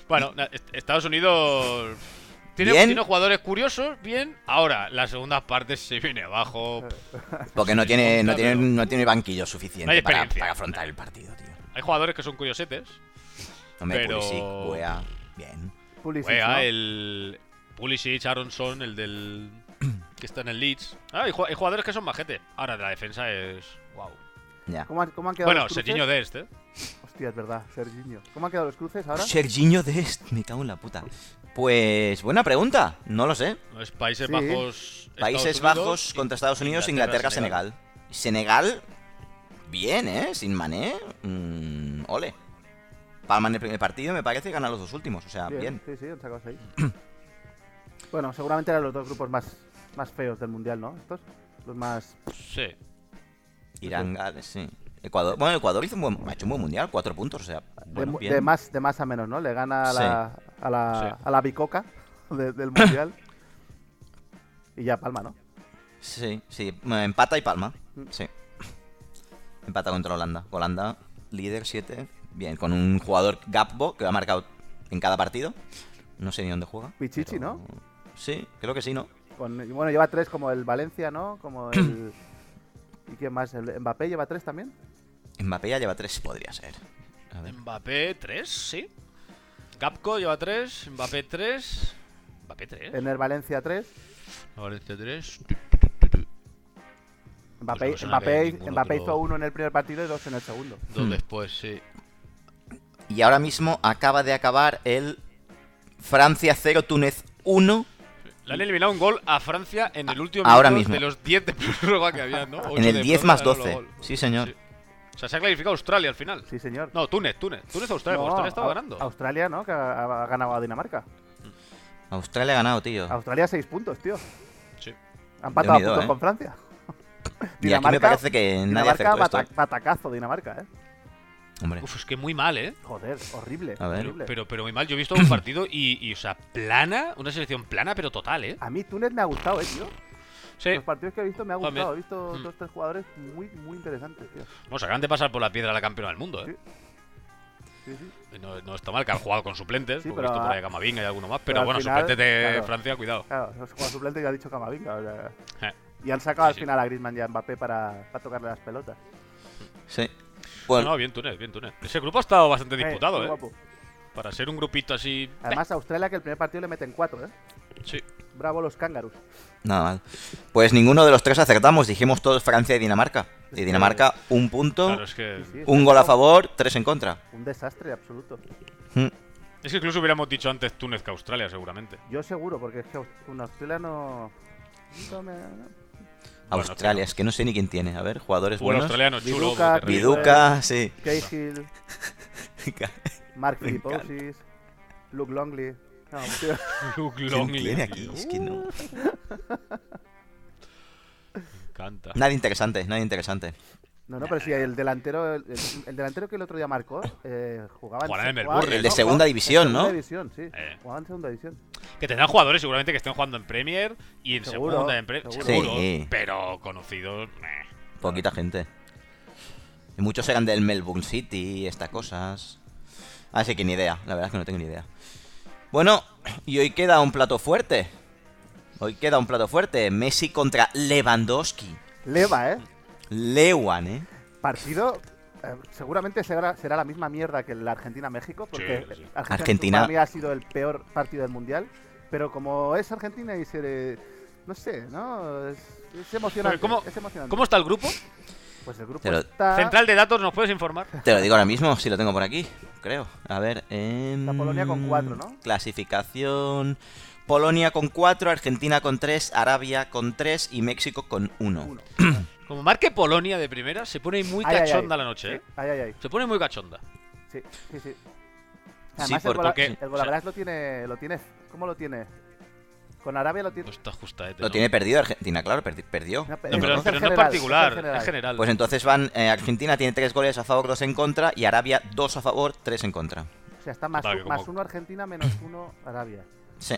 Speaker 4: Bueno, na- est- Estados Unidos tiene,
Speaker 1: Bien.
Speaker 4: tiene jugadores curiosos, bien. Ahora, la segunda parte se viene abajo.
Speaker 1: Eh. Porque no tiene, no
Speaker 4: Pero-
Speaker 1: tiene, no tiene banquillo
Speaker 4: No
Speaker 1: suficiente
Speaker 4: hay
Speaker 1: para,
Speaker 4: experiencia.
Speaker 1: para afrontar el partido, tío.
Speaker 4: Hay jugadores que son curiosetes.
Speaker 1: No me
Speaker 4: Pero-
Speaker 1: Pulisic, Guea, bien.
Speaker 3: Pulisic,
Speaker 4: Juega
Speaker 3: ¿no?
Speaker 4: el Pulisic, Aronson, el del que está en el Leeds. Ah, hay, ju- hay jugadores que son majete. Ahora la defensa es wow.
Speaker 1: Ya.
Speaker 3: ¿Cómo han, cómo han quedado
Speaker 4: Bueno,
Speaker 3: los cruces?
Speaker 4: Serginho de este.
Speaker 3: Hostia, es verdad, Serginho. ¿Cómo han quedado los cruces ahora?
Speaker 1: Serginho Dest, me cago en la puta. Pues buena pregunta, no lo sé.
Speaker 4: No es Países
Speaker 3: Sí.
Speaker 4: Bajos.
Speaker 1: Países
Speaker 4: Estados Unidos
Speaker 1: Bajos
Speaker 4: y-
Speaker 1: contra Estados Unidos, Inglaterra, Senegal. Senegal, bien, ¿eh? Sin Mané, mm, ole. Palma en el primer partido, me parece, gana los dos últimos, o sea, bien.
Speaker 3: Sí, sí, han sacado seis. bueno, seguramente eran los dos grupos más, más feos del mundial, ¿no? Estos. Los más.
Speaker 4: Sí.
Speaker 1: Irán, Gales, sí. Ecuador, bueno, Ecuador hizo un buen, ha hecho un buen mundial, cuatro puntos, o sea,
Speaker 3: De,
Speaker 1: bueno,
Speaker 3: mu-
Speaker 1: bien.
Speaker 3: de más, de más a menos, ¿no? Le gana a la, a la,
Speaker 4: Sí.
Speaker 3: a la bicoca de- del mundial. y ya Palma, ¿no?
Speaker 1: Sí, sí, eh, empata y palma,
Speaker 3: Mm.
Speaker 1: sí. Empata contra Holanda. Holanda, líder 7, bien, con un jugador Gapbo que ha marcado en cada partido. No sé ni dónde juega.
Speaker 3: Pichichi,
Speaker 1: pero-
Speaker 3: ¿no?
Speaker 1: Sí, creo que sí, ¿no?
Speaker 3: Con, y bueno, lleva tres como el Valencia, ¿no? Como el. ¿Y quién más? ¿El Mbappé lleva tres también?
Speaker 1: Mbappé ya lleva 3, podría ser. A ver.
Speaker 4: Mbappé 3, sí. Gapco lleva 3, Mbappé 3. Mbappé
Speaker 1: Eh.
Speaker 4: 3.
Speaker 3: En el Valencia tres.
Speaker 4: Valencia 3.
Speaker 1: Hmm.
Speaker 3: Mbappé,
Speaker 4: Pues no me suena que
Speaker 3: Mbappé,
Speaker 4: ningún
Speaker 3: Mbappé
Speaker 4: otro-
Speaker 3: hizo uno en el primer partido y dos en el segundo.
Speaker 4: Dos después, sí.
Speaker 1: Y ahora mismo acaba de acabar el Francia 0, Túnez 1
Speaker 4: Le han eliminado un gol a Francia en el último
Speaker 1: Ahora
Speaker 4: minuto
Speaker 1: mismo.
Speaker 4: de los 10 de prórroga que había, ¿no? Ocho
Speaker 1: en
Speaker 4: de
Speaker 1: el 10 más
Speaker 4: prórroga,
Speaker 1: 12.
Speaker 4: no, no,
Speaker 1: Sí, señor.
Speaker 4: Sí. O sea, se ha clasificado Australia al final.
Speaker 3: Sí, señor.
Speaker 4: No, Túnez, Túnez. Túnez, Australia.
Speaker 3: No,
Speaker 4: porque Australia estaba
Speaker 3: Au-
Speaker 4: ganando.
Speaker 3: Australia, ¿no? Que ha, ha ganado a Dinamarca.
Speaker 1: Australia ha ganado, tío.
Speaker 3: Australia seis puntos, tío.
Speaker 4: Sí.
Speaker 3: Han empatado a
Speaker 1: unido,
Speaker 3: puntos
Speaker 1: ¿eh?
Speaker 3: con Francia.
Speaker 1: Y aquí me parece que nadie
Speaker 3: Dinamarca,
Speaker 1: acertó esto.
Speaker 3: bata- batacazo Dinamarca, ¿eh?
Speaker 1: Hombre,
Speaker 4: Uf, es que muy mal, ¿eh?
Speaker 3: Joder, horrible.
Speaker 1: A ver.
Speaker 4: Pero,
Speaker 3: horrible.
Speaker 4: pero, pero muy mal. Yo he visto un partido y, y, o sea, plana. Una selección plana, pero total, ¿eh?
Speaker 3: A mí Túnez me ha gustado, ¿eh, tío?
Speaker 4: Sí.
Speaker 3: Los partidos que he visto me ha
Speaker 4: También.
Speaker 3: gustado. He visto
Speaker 4: Mm.
Speaker 3: dos, tres jugadores muy, muy interesantes, tío.
Speaker 4: Vamos, acaban de pasar por la piedra a la campeona del mundo, ¿eh?
Speaker 3: Sí, sí.
Speaker 4: No, no está mal que han jugado con suplentes.
Speaker 3: Sí,
Speaker 4: porque he
Speaker 3: pero
Speaker 4: visto por
Speaker 3: a-
Speaker 4: ahí a Camavinga y alguno más. Pero,
Speaker 3: pero al
Speaker 4: bueno,
Speaker 3: final,
Speaker 4: suplentes de
Speaker 3: claro.
Speaker 4: Francia, cuidado.
Speaker 3: Claro, los jugadores suplentes ya ha dicho Camavinga. o sea,
Speaker 4: Eh.
Speaker 3: y han sacado
Speaker 4: Sí,
Speaker 3: al
Speaker 4: sí.
Speaker 3: final a Griezmann y a Mbappé para, para tocarle las pelotas.
Speaker 1: sí. Bueno,
Speaker 4: No, bien Túnez, bien Túnez. Ese grupo ha estado bastante
Speaker 3: Eh,
Speaker 4: disputado,
Speaker 3: muy
Speaker 4: ¿eh?
Speaker 3: guapo.
Speaker 4: Para ser un grupito así.
Speaker 3: Además, a Australia que el primer partido le meten cuatro, ¿eh?
Speaker 4: Sí.
Speaker 3: Bravo los cángaros.
Speaker 1: nada mal. Pues ninguno de los tres acertamos. Dijimos todos Francia y Dinamarca. Y Dinamarca, un punto,
Speaker 4: Claro, es que.
Speaker 3: Sí, sí,
Speaker 1: un
Speaker 3: es
Speaker 1: gol a
Speaker 3: un-
Speaker 1: favor, tres en contra.
Speaker 3: Un desastre absoluto.
Speaker 1: Mm.
Speaker 4: Es que incluso hubiéramos dicho antes Túnez que Australia, seguramente.
Speaker 3: Yo seguro, porque es que Aust- un Australia no. no me- no.
Speaker 4: Bueno,
Speaker 1: Australia, es que no sé ni quién tiene. A ver, jugadores
Speaker 4: Fútbol
Speaker 1: buenos.
Speaker 4: australiano, chulo.
Speaker 3: Viduca,
Speaker 4: muy terrible.
Speaker 3: Viduca.
Speaker 1: Viduca, sí.
Speaker 3: Cahill, Mark
Speaker 1: Me encanta.
Speaker 3: Filiposis, Luke Longley. No, tío.
Speaker 4: Luke
Speaker 1: ¿Quién
Speaker 4: Longley,
Speaker 1: tiene
Speaker 4: tío.
Speaker 1: aquí? Es que no.
Speaker 4: Me encanta.
Speaker 1: Nada interesante, nada interesante.
Speaker 3: no, no, pero sí, el delantero, el, el delantero que el otro día marcó eh, jugaba
Speaker 4: Jugaba en el
Speaker 3: jugaba-
Speaker 4: Melbourne, El
Speaker 1: de
Speaker 3: no,
Speaker 1: segunda
Speaker 3: jugaba-
Speaker 1: división,
Speaker 3: en segunda
Speaker 1: ¿no?
Speaker 3: división, sí.
Speaker 4: Eh.
Speaker 3: Jugaba en segunda división.
Speaker 4: Que tendrán jugadores seguramente que estén jugando en Premier y en
Speaker 3: Seguro,
Speaker 4: segunda en Premier.
Speaker 3: seguro.
Speaker 4: Seguro.
Speaker 1: Sí.
Speaker 4: Pero conocidos. meh.
Speaker 1: Poquita gente. Y muchos eran del Melbourne City, estas cosas. Así que ni idea, la verdad es que no tengo ni idea. Bueno, y hoy queda un plato fuerte. Hoy queda un plato fuerte. Messi contra Lewandowski.
Speaker 3: Leva, ¿eh?
Speaker 1: Lewan, ¿eh?
Speaker 3: Partido. eh, seguramente será, será la misma mierda que la Argentina-México, porque
Speaker 4: sí.
Speaker 3: Argentina,
Speaker 1: Argentina-
Speaker 3: para mí ha sido el peor partido del mundial. Pero como es Argentina y se. le- No sé, ¿no? Es, es emocionante.
Speaker 4: Porque ¿Cómo,
Speaker 3: es emocionante.
Speaker 4: ¿Cómo está el grupo?
Speaker 3: Pues el grupo
Speaker 1: Pero-
Speaker 3: está.
Speaker 4: Ah. Central de datos, ¿nos puedes informar?
Speaker 1: Te lo digo ahora mismo, si lo tengo por aquí, creo. A ver, em,
Speaker 3: La Polonia con cuatro, ¿no?
Speaker 1: Clasificación. Polonia con 4, Argentina con 3, Arabia con 3 y México con 1.
Speaker 3: Uno.
Speaker 4: Como marque Polonia de primera, se pone muy
Speaker 3: Ay, ay,
Speaker 4: cachonda
Speaker 3: ay.
Speaker 4: la noche, ¿eh?
Speaker 3: Ay, ay, ay.
Speaker 4: Se pone muy cachonda.
Speaker 3: Sí, sí, sí.
Speaker 1: por-
Speaker 3: el, gola-
Speaker 4: porque-
Speaker 3: el Golaveras lo tiene, lo tiene. ¿Cómo lo tiene? Con Arabia lo tiene.
Speaker 4: No está justa, ¿eh?
Speaker 1: Lo tiene perdido Argentina, claro, perdi- perdió.
Speaker 3: No,
Speaker 4: No, pero,
Speaker 3: Es en
Speaker 4: pero no es
Speaker 3: general,
Speaker 4: particular,
Speaker 3: es
Speaker 4: es
Speaker 3: en
Speaker 4: general.
Speaker 3: general.
Speaker 1: Pues entonces van, eh, Argentina tiene 3 goles a favor, 2 en contra y Arabia 2 a favor, 3 en contra.
Speaker 3: O sea, está más,
Speaker 4: Total,
Speaker 3: un-
Speaker 4: que Pues, como-
Speaker 3: más uno Argentina, menos uno Arabia.
Speaker 1: Sí,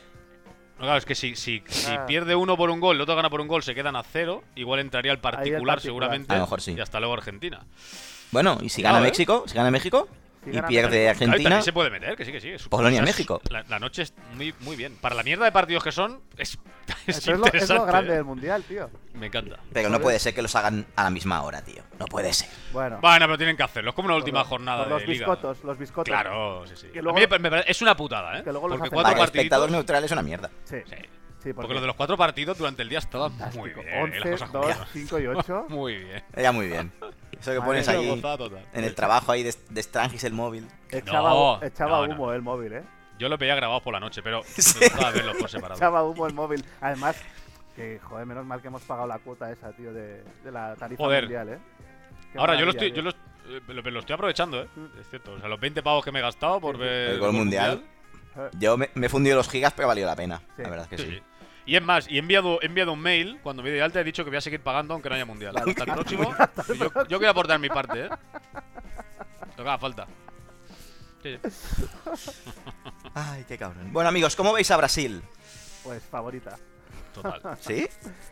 Speaker 4: No, claro, es que si, si, si
Speaker 3: Ah.
Speaker 4: pierde uno por un gol, el otro gana por un gol, se quedan a cero. Igual entraría el particular,
Speaker 3: particular.
Speaker 4: seguramente.
Speaker 1: A lo mejor sí.
Speaker 4: Y hasta luego Argentina.
Speaker 1: Bueno, y si gana
Speaker 4: Cuidado, ¿eh?
Speaker 1: México, si gana México
Speaker 3: Si
Speaker 1: y
Speaker 3: gana
Speaker 1: pierde
Speaker 3: México.
Speaker 4: Claro, y
Speaker 1: Argentina,
Speaker 4: también se puede meter, que sí, que sí. es-
Speaker 1: Polonia,
Speaker 4: o sea, es-
Speaker 1: México.
Speaker 4: La, la noche es muy, muy bien. Para la mierda de partidos que son, es, es
Speaker 3: Pero es, lo,
Speaker 4: interesante.
Speaker 3: es lo grande
Speaker 4: ¿eh?
Speaker 3: del mundial, tío.
Speaker 4: Me encanta.
Speaker 1: pero no puede ser que los hagan a la misma hora, tío. No puede ser.
Speaker 3: Bueno.
Speaker 4: Bueno, pero tienen que hacerlo. Es como una
Speaker 3: por
Speaker 4: última
Speaker 3: los-
Speaker 4: jornada
Speaker 3: por los
Speaker 4: de liga.
Speaker 3: biscotos, los biscotos.
Speaker 4: Claro, sí, sí.
Speaker 3: Que
Speaker 4: A
Speaker 3: luego-
Speaker 4: mí me pa- me pare- es una putada, ¿eh?
Speaker 3: que luego los
Speaker 4: porque
Speaker 3: hacen
Speaker 4: cuatro
Speaker 1: Para el
Speaker 3: varios.
Speaker 4: partidos.
Speaker 1: espectador neutral es una mierda.
Speaker 3: Sí.
Speaker 4: Sí.
Speaker 3: Sí,
Speaker 4: Porque lo de los cuatro partidos durante el día estaba muy
Speaker 3: fantástico.
Speaker 4: bien. ¿eh? Las
Speaker 3: 11,
Speaker 4: cosas
Speaker 3: 2,
Speaker 4: jugadas.
Speaker 3: 5 y 8.
Speaker 4: Muy bien.
Speaker 1: Era muy bien. Eso que
Speaker 3: Madre
Speaker 1: pones
Speaker 3: mía,
Speaker 4: Una
Speaker 1: ahí
Speaker 4: gozada total.
Speaker 1: en el trabajo ahí de, de Strangis el móvil.
Speaker 3: Echaba,
Speaker 4: No,
Speaker 3: echaba
Speaker 4: no, no.
Speaker 3: humo el móvil, ¿eh?
Speaker 4: Yo lo veía grabado por la noche, pero
Speaker 1: Sí.
Speaker 4: me gustaba verlo por separado.
Speaker 3: Echaba humo el móvil. Además, que joder, menos mal que hemos pagado la cuota esa, tío, de, de la tarifa
Speaker 4: Joder.
Speaker 3: mundial, ¿eh? Qué
Speaker 4: Ahora, yo lo estoy,
Speaker 3: maravilla, Mm.
Speaker 4: yo lo, eh, lo- lo estoy aprovechando, ¿eh? Es cierto. O sea, los 20 pavos que me he gastado por
Speaker 3: Sí, sí.
Speaker 4: ver.
Speaker 1: El gol mundial. Yo me, me he fundido los gigas, pero valió la pena.
Speaker 3: Sí.
Speaker 1: La verdad es que
Speaker 4: Sí,
Speaker 1: sí.
Speaker 4: sí. Y es más, y he enviado, he enviado un mail cuando me di de alta he dicho que voy a seguir pagando aunque no haya mundial.
Speaker 3: Claro.
Speaker 4: Hasta el próximo. y Yo, yo quiero aportar mi parte, ¿eh? Lo que haga falta. Sí, sí.
Speaker 1: Ay, qué cabrón. Bueno, amigos, ¿cómo veis a Brasil?
Speaker 3: Pues favorita,
Speaker 4: total.
Speaker 1: ¿Sí?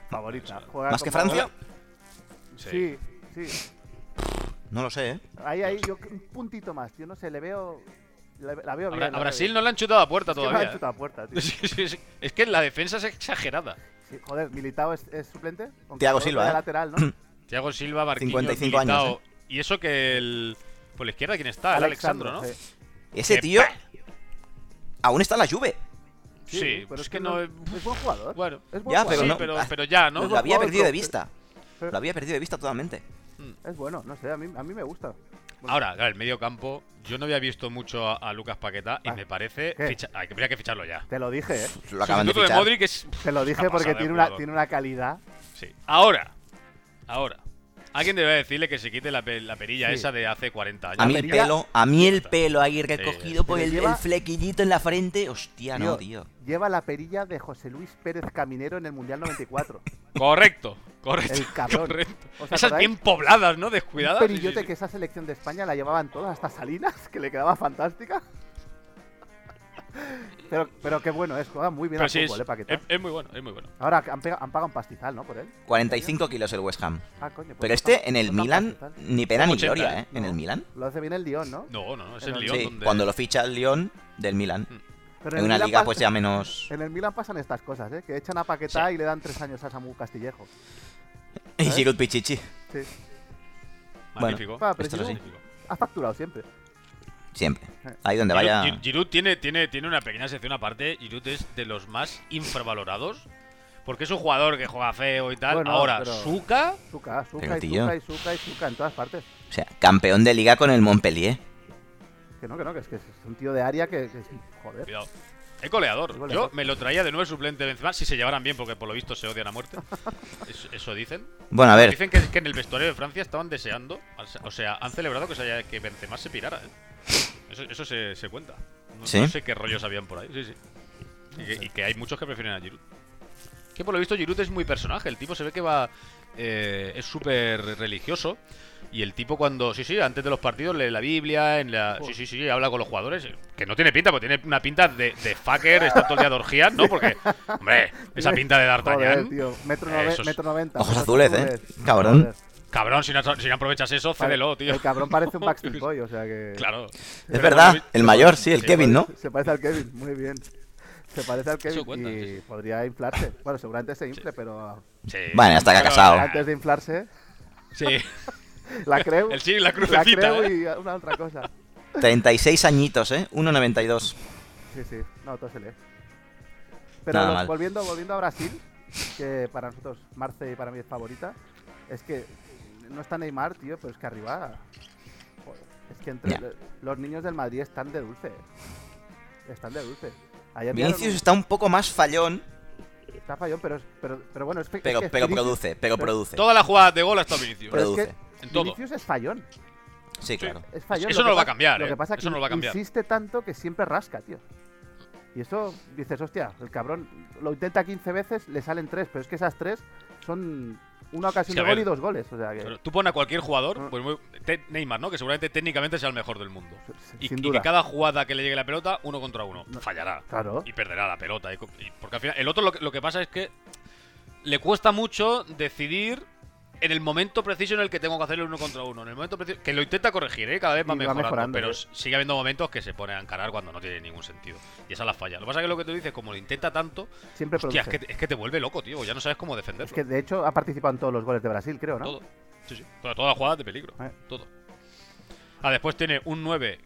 Speaker 3: favorita.
Speaker 4: Sí.
Speaker 3: Juega
Speaker 1: ¿Más que
Speaker 3: con
Speaker 1: Francia?
Speaker 3: Pavón.
Speaker 4: Pues, Sí.
Speaker 3: Sí, sí.
Speaker 1: No lo sé, ¿eh?
Speaker 3: Ahí, ahí, yo un puntito más. Yo no sé, le veo. le- la veo bien.
Speaker 4: A, Bra-
Speaker 3: la
Speaker 4: a
Speaker 3: veo
Speaker 4: Brasil
Speaker 3: bien.
Speaker 4: no le han chutado a puerta
Speaker 3: Es que me
Speaker 4: todavía.
Speaker 3: han
Speaker 4: ¿eh?
Speaker 3: chutado a puerta, tío.
Speaker 4: Sí, sí, sí. Es que la defensa es exagerada.
Speaker 3: Sí, joder, Militao es, es suplente. Aunque
Speaker 1: Thiago
Speaker 3: juega
Speaker 1: Silva,
Speaker 3: de
Speaker 1: ¿eh?
Speaker 3: lateral, ¿no?
Speaker 4: Thiago Silva, Marquinhos,
Speaker 1: 55 años, ¿eh?
Speaker 4: Militao. Y eso que el. Por la izquierda, ¿quién está? El Alexandro, ¿no?
Speaker 3: Ah, sí.
Speaker 1: Ese
Speaker 4: Que
Speaker 1: tío
Speaker 4: pa-
Speaker 1: aún está en la Juve.
Speaker 4: Sí, pero es que no.
Speaker 3: Es buen jugador.
Speaker 4: Bueno.
Speaker 3: es buen
Speaker 1: Ya,
Speaker 3: jugador.
Speaker 1: pero
Speaker 4: Sí,
Speaker 1: no.
Speaker 4: pero-
Speaker 1: ah,
Speaker 4: pero ya, ¿no?
Speaker 1: Lo había
Speaker 3: Jugador
Speaker 1: perdido de
Speaker 3: pro-
Speaker 1: vista.
Speaker 3: pero-
Speaker 1: Lo había perdido de vista totalmente.
Speaker 3: Es bueno, no sé, a mí, a mí me gusta.
Speaker 4: Ahora, claro, el medio campo. Yo no había visto mucho a, a Lucas Paqueta y
Speaker 3: Ah,
Speaker 4: me parece.
Speaker 3: ¿qué?
Speaker 4: ficha- Hay que, habría que ficharlo ya.
Speaker 3: Te lo dije, ¿eh?
Speaker 1: Lo acaban de
Speaker 4: Sustituto
Speaker 1: fichar.
Speaker 4: Modric es.
Speaker 3: Te lo dije
Speaker 4: Una
Speaker 3: porque
Speaker 4: pasada de
Speaker 3: tiene una,
Speaker 4: jugador.
Speaker 3: tiene una calidad.
Speaker 4: Sí. Ahora. Ahora. Alguien debería decirle que se quite la, pe- la perilla
Speaker 3: Sí.
Speaker 4: esa de hace 40 años.
Speaker 1: A mí el
Speaker 3: América-
Speaker 1: pelo, a mí el pelo ahí recogido
Speaker 4: sí.
Speaker 1: por
Speaker 3: Pero
Speaker 1: el,
Speaker 3: lleva-
Speaker 1: el flequillito en la frente. Hostia, no, tío.
Speaker 3: Lleva la perilla de José Luis Pérez Caminero en el Mundial 94.
Speaker 4: Correcto, correcto.
Speaker 3: El cabrón.
Speaker 4: correcto.
Speaker 3: ¿Os
Speaker 4: Esas
Speaker 3: acordáis?
Speaker 4: bien pobladas, ¿no?
Speaker 3: Un
Speaker 4: Descuidadas. sí, sí,
Speaker 3: perillote
Speaker 4: sí.
Speaker 3: que esa selección de España la llevaban todas, hasta Salinas, que le quedaba fantástica. Pero, pero qué bueno es, juega muy bien
Speaker 4: Pero
Speaker 3: al
Speaker 4: sí, es,
Speaker 3: fútbol, ¿eh, Paquetá?
Speaker 4: es- es muy bueno, es muy bueno.
Speaker 3: Ahora han, pega- han pagado un pastizal, ¿no? Por él.
Speaker 1: 45 kilos el West Ham.
Speaker 3: Ah, coño. pues
Speaker 1: Pero
Speaker 3: no
Speaker 1: este
Speaker 3: tan-
Speaker 1: en el
Speaker 3: no tan
Speaker 1: Milan,
Speaker 3: pastizal.
Speaker 1: ni pena ni
Speaker 4: 80,
Speaker 1: gloria,
Speaker 4: ¿eh?
Speaker 1: ¿eh? En
Speaker 3: No.
Speaker 1: el Milan.
Speaker 3: Lo hace bien el Lyon, ¿no?
Speaker 4: No, no, no, es
Speaker 3: Pero
Speaker 4: el
Speaker 3: sí,
Speaker 4: Lyon
Speaker 1: Sí,
Speaker 4: donde.
Speaker 1: cuando lo ficha el Lyon del Milan.
Speaker 3: Pero
Speaker 1: En
Speaker 3: el
Speaker 1: una
Speaker 3: Milan
Speaker 1: liga
Speaker 3: pas-
Speaker 1: pues ya menos...
Speaker 3: En el Milan pasan estas cosas, ¿eh? Que echan a Paquetá y le dan tres años a Samu Castillejo.
Speaker 1: Y
Speaker 3: ¿eh?
Speaker 1: Giroud Pichichi.
Speaker 3: Sí.
Speaker 4: Magnífico.
Speaker 3: Pa,
Speaker 1: Esto es
Speaker 3: Giroud
Speaker 1: así.
Speaker 4: Magnífico.
Speaker 3: Ha facturado siempre.
Speaker 1: Siempre.
Speaker 3: Eh.
Speaker 1: Ahí donde
Speaker 4: Giroud-
Speaker 1: vaya...
Speaker 4: Gir- Giroud tiene, tiene, tiene una pequeña sección aparte. Giroud es de los más infravalorados. Porque es un jugador que juega feo y tal.
Speaker 3: Bueno,
Speaker 4: Ahora,
Speaker 3: pero-
Speaker 4: Suka.
Speaker 3: Suca, suca
Speaker 1: Pero,
Speaker 3: y
Speaker 1: tío.
Speaker 3: suca y suca y suca en todas partes.
Speaker 1: O sea, campeón de liga con el Montpellier.
Speaker 3: Que no, que no, que es que es un tío de área que. que- joder.
Speaker 4: Cuidado. Es goleador.
Speaker 3: Es goleador.
Speaker 4: Yo me lo traía de nuevo suplente de Benzema. Si se llevaran bien, porque por lo visto se odian a muerte. Es- eso dicen.
Speaker 1: Bueno, a ver,
Speaker 4: Dicen que, que en el vestuario de Francia estaban deseando. o sea- O sea, han celebrado que, se haya- que Benzema se pirara. ¿eh? Eso, eso se, se cuenta. No,
Speaker 1: ¿Sí?
Speaker 4: no sé qué rollos habían por ahí. Sí, sí. Y, que, y que hay muchos que prefieren a Giroud. Que por lo visto Giroud es muy personaje. El tipo se ve que va. eh, es súper religioso. Y el tipo cuando. Sí, sí, antes de los partidos lee la Biblia. En la, sí, sí, sí, habla con los jugadores. Que no tiene pinta, porque tiene una pinta de, de fucker, está todo el día de orgías, ¿no? Porque. Hombre, esa pinta de
Speaker 3: Joder,
Speaker 4: D'Artagnan.
Speaker 3: tío. Metro,
Speaker 4: Eh,
Speaker 3: nove-
Speaker 4: eso es-
Speaker 3: metro 90.
Speaker 1: Ojos
Speaker 3: metros
Speaker 1: azules, ¿eh? Cabrón.
Speaker 3: Joder.
Speaker 4: Cabrón, si no, si no aprovechas eso,
Speaker 3: Pare-
Speaker 4: cédelo, tío.
Speaker 3: El cabrón parece un Backstreet Boy, o sea que.
Speaker 4: Claro.
Speaker 1: es verdad, el mayor, sí, el Kevin, ¿no?
Speaker 3: Se parece al Kevin, muy bien. Se parece al Kevin
Speaker 4: cuenta,
Speaker 3: y
Speaker 4: sí, sí.
Speaker 3: podría inflarse. Bueno, seguramente se infle, pero
Speaker 1: Bueno, hasta que ha casado.
Speaker 3: antes de inflarse,
Speaker 4: Sí.
Speaker 3: la creo.
Speaker 4: El sí y la
Speaker 3: La
Speaker 4: crucecita.
Speaker 3: creo
Speaker 4: ¿eh?
Speaker 3: y una otra cosa.
Speaker 1: 36 añitos, ¿eh? 1,92.
Speaker 3: Sí, sí, no, todo se lee. Pero
Speaker 1: Nada
Speaker 3: lo-
Speaker 1: mal.
Speaker 3: volviendo, volviendo a Brasil, que para nosotros, Marce para mí es favorita, es que no está Neymar, tío, pero es que arriba. joder, es que entre
Speaker 1: Ya.
Speaker 3: lo- los niños del Madrid están de dulce. Están de dulce. Ayer miraron
Speaker 1: Vinicius
Speaker 3: un-
Speaker 1: está un poco más fallón,
Speaker 3: está fallón, pero, es- pero, pero bueno, es fe-
Speaker 1: pero,
Speaker 3: es que
Speaker 1: pero
Speaker 3: Vinicius-
Speaker 1: produce, pero
Speaker 3: pero-
Speaker 1: produce.
Speaker 4: Toda la jugada de gol ha estado Vinicius.
Speaker 3: pero es que
Speaker 1: produce.
Speaker 4: En todo.
Speaker 3: Vinicius es fallón.
Speaker 1: Sí, claro.
Speaker 3: Es fallón.
Speaker 4: Eso
Speaker 3: Lo
Speaker 4: no
Speaker 3: que
Speaker 4: lo va
Speaker 3: pasa-
Speaker 4: a cambiar,
Speaker 3: Lo
Speaker 4: ¿eh?
Speaker 3: que pasa es que
Speaker 4: Eso no lo va a cambiar.
Speaker 3: insiste tanto que siempre rasca, tío. Y eso dices, hostia, el cabrón lo intenta 15 veces, le salen 3, pero es que esas 3 son una ocasión
Speaker 4: Sí, a
Speaker 3: de gol
Speaker 4: ver.
Speaker 3: y dos goles. O sea que,
Speaker 4: Pero tú pones a cualquier
Speaker 3: Mm.
Speaker 4: jugador, pues muy- Te- Neymar, ¿no? Que seguramente técnicamente sea el mejor del mundo.
Speaker 3: s-
Speaker 4: Y,
Speaker 3: sin
Speaker 4: y
Speaker 3: duda.
Speaker 4: que cada jugada que le llegue la pelota, uno contra uno. Fallará.
Speaker 3: Claro.
Speaker 4: Y perderá la pelota. y co- y- porque al final. El otro lo que, lo que pasa es que le cuesta mucho decidir en el momento preciso en el que tengo que hacer el uno contra uno. En el momento preciso. Que lo intenta corregir, ¿eh? Cada vez
Speaker 3: Y
Speaker 4: va
Speaker 3: va
Speaker 4: mejorando.
Speaker 3: mejorando, ¿eh?
Speaker 4: pero
Speaker 3: sí.
Speaker 4: sigue habiendo momentos que se pone a encarar cuando no tiene ningún sentido. Y esa es la falla. Lo que pasa es que lo que tú dices, como lo intenta tanto,
Speaker 3: Siempre
Speaker 4: hostia, es
Speaker 3: produce.
Speaker 4: que, te- es que te vuelve loco, tío. Ya no sabes cómo defenderlo.
Speaker 3: Es que de hecho ha participado en todos los goles de Brasil, creo, ¿no?
Speaker 4: Todo. Sí, sí. Toda- Todas las jugadas de peligro.
Speaker 3: Eh.
Speaker 4: Todo. Ah, después tiene un 9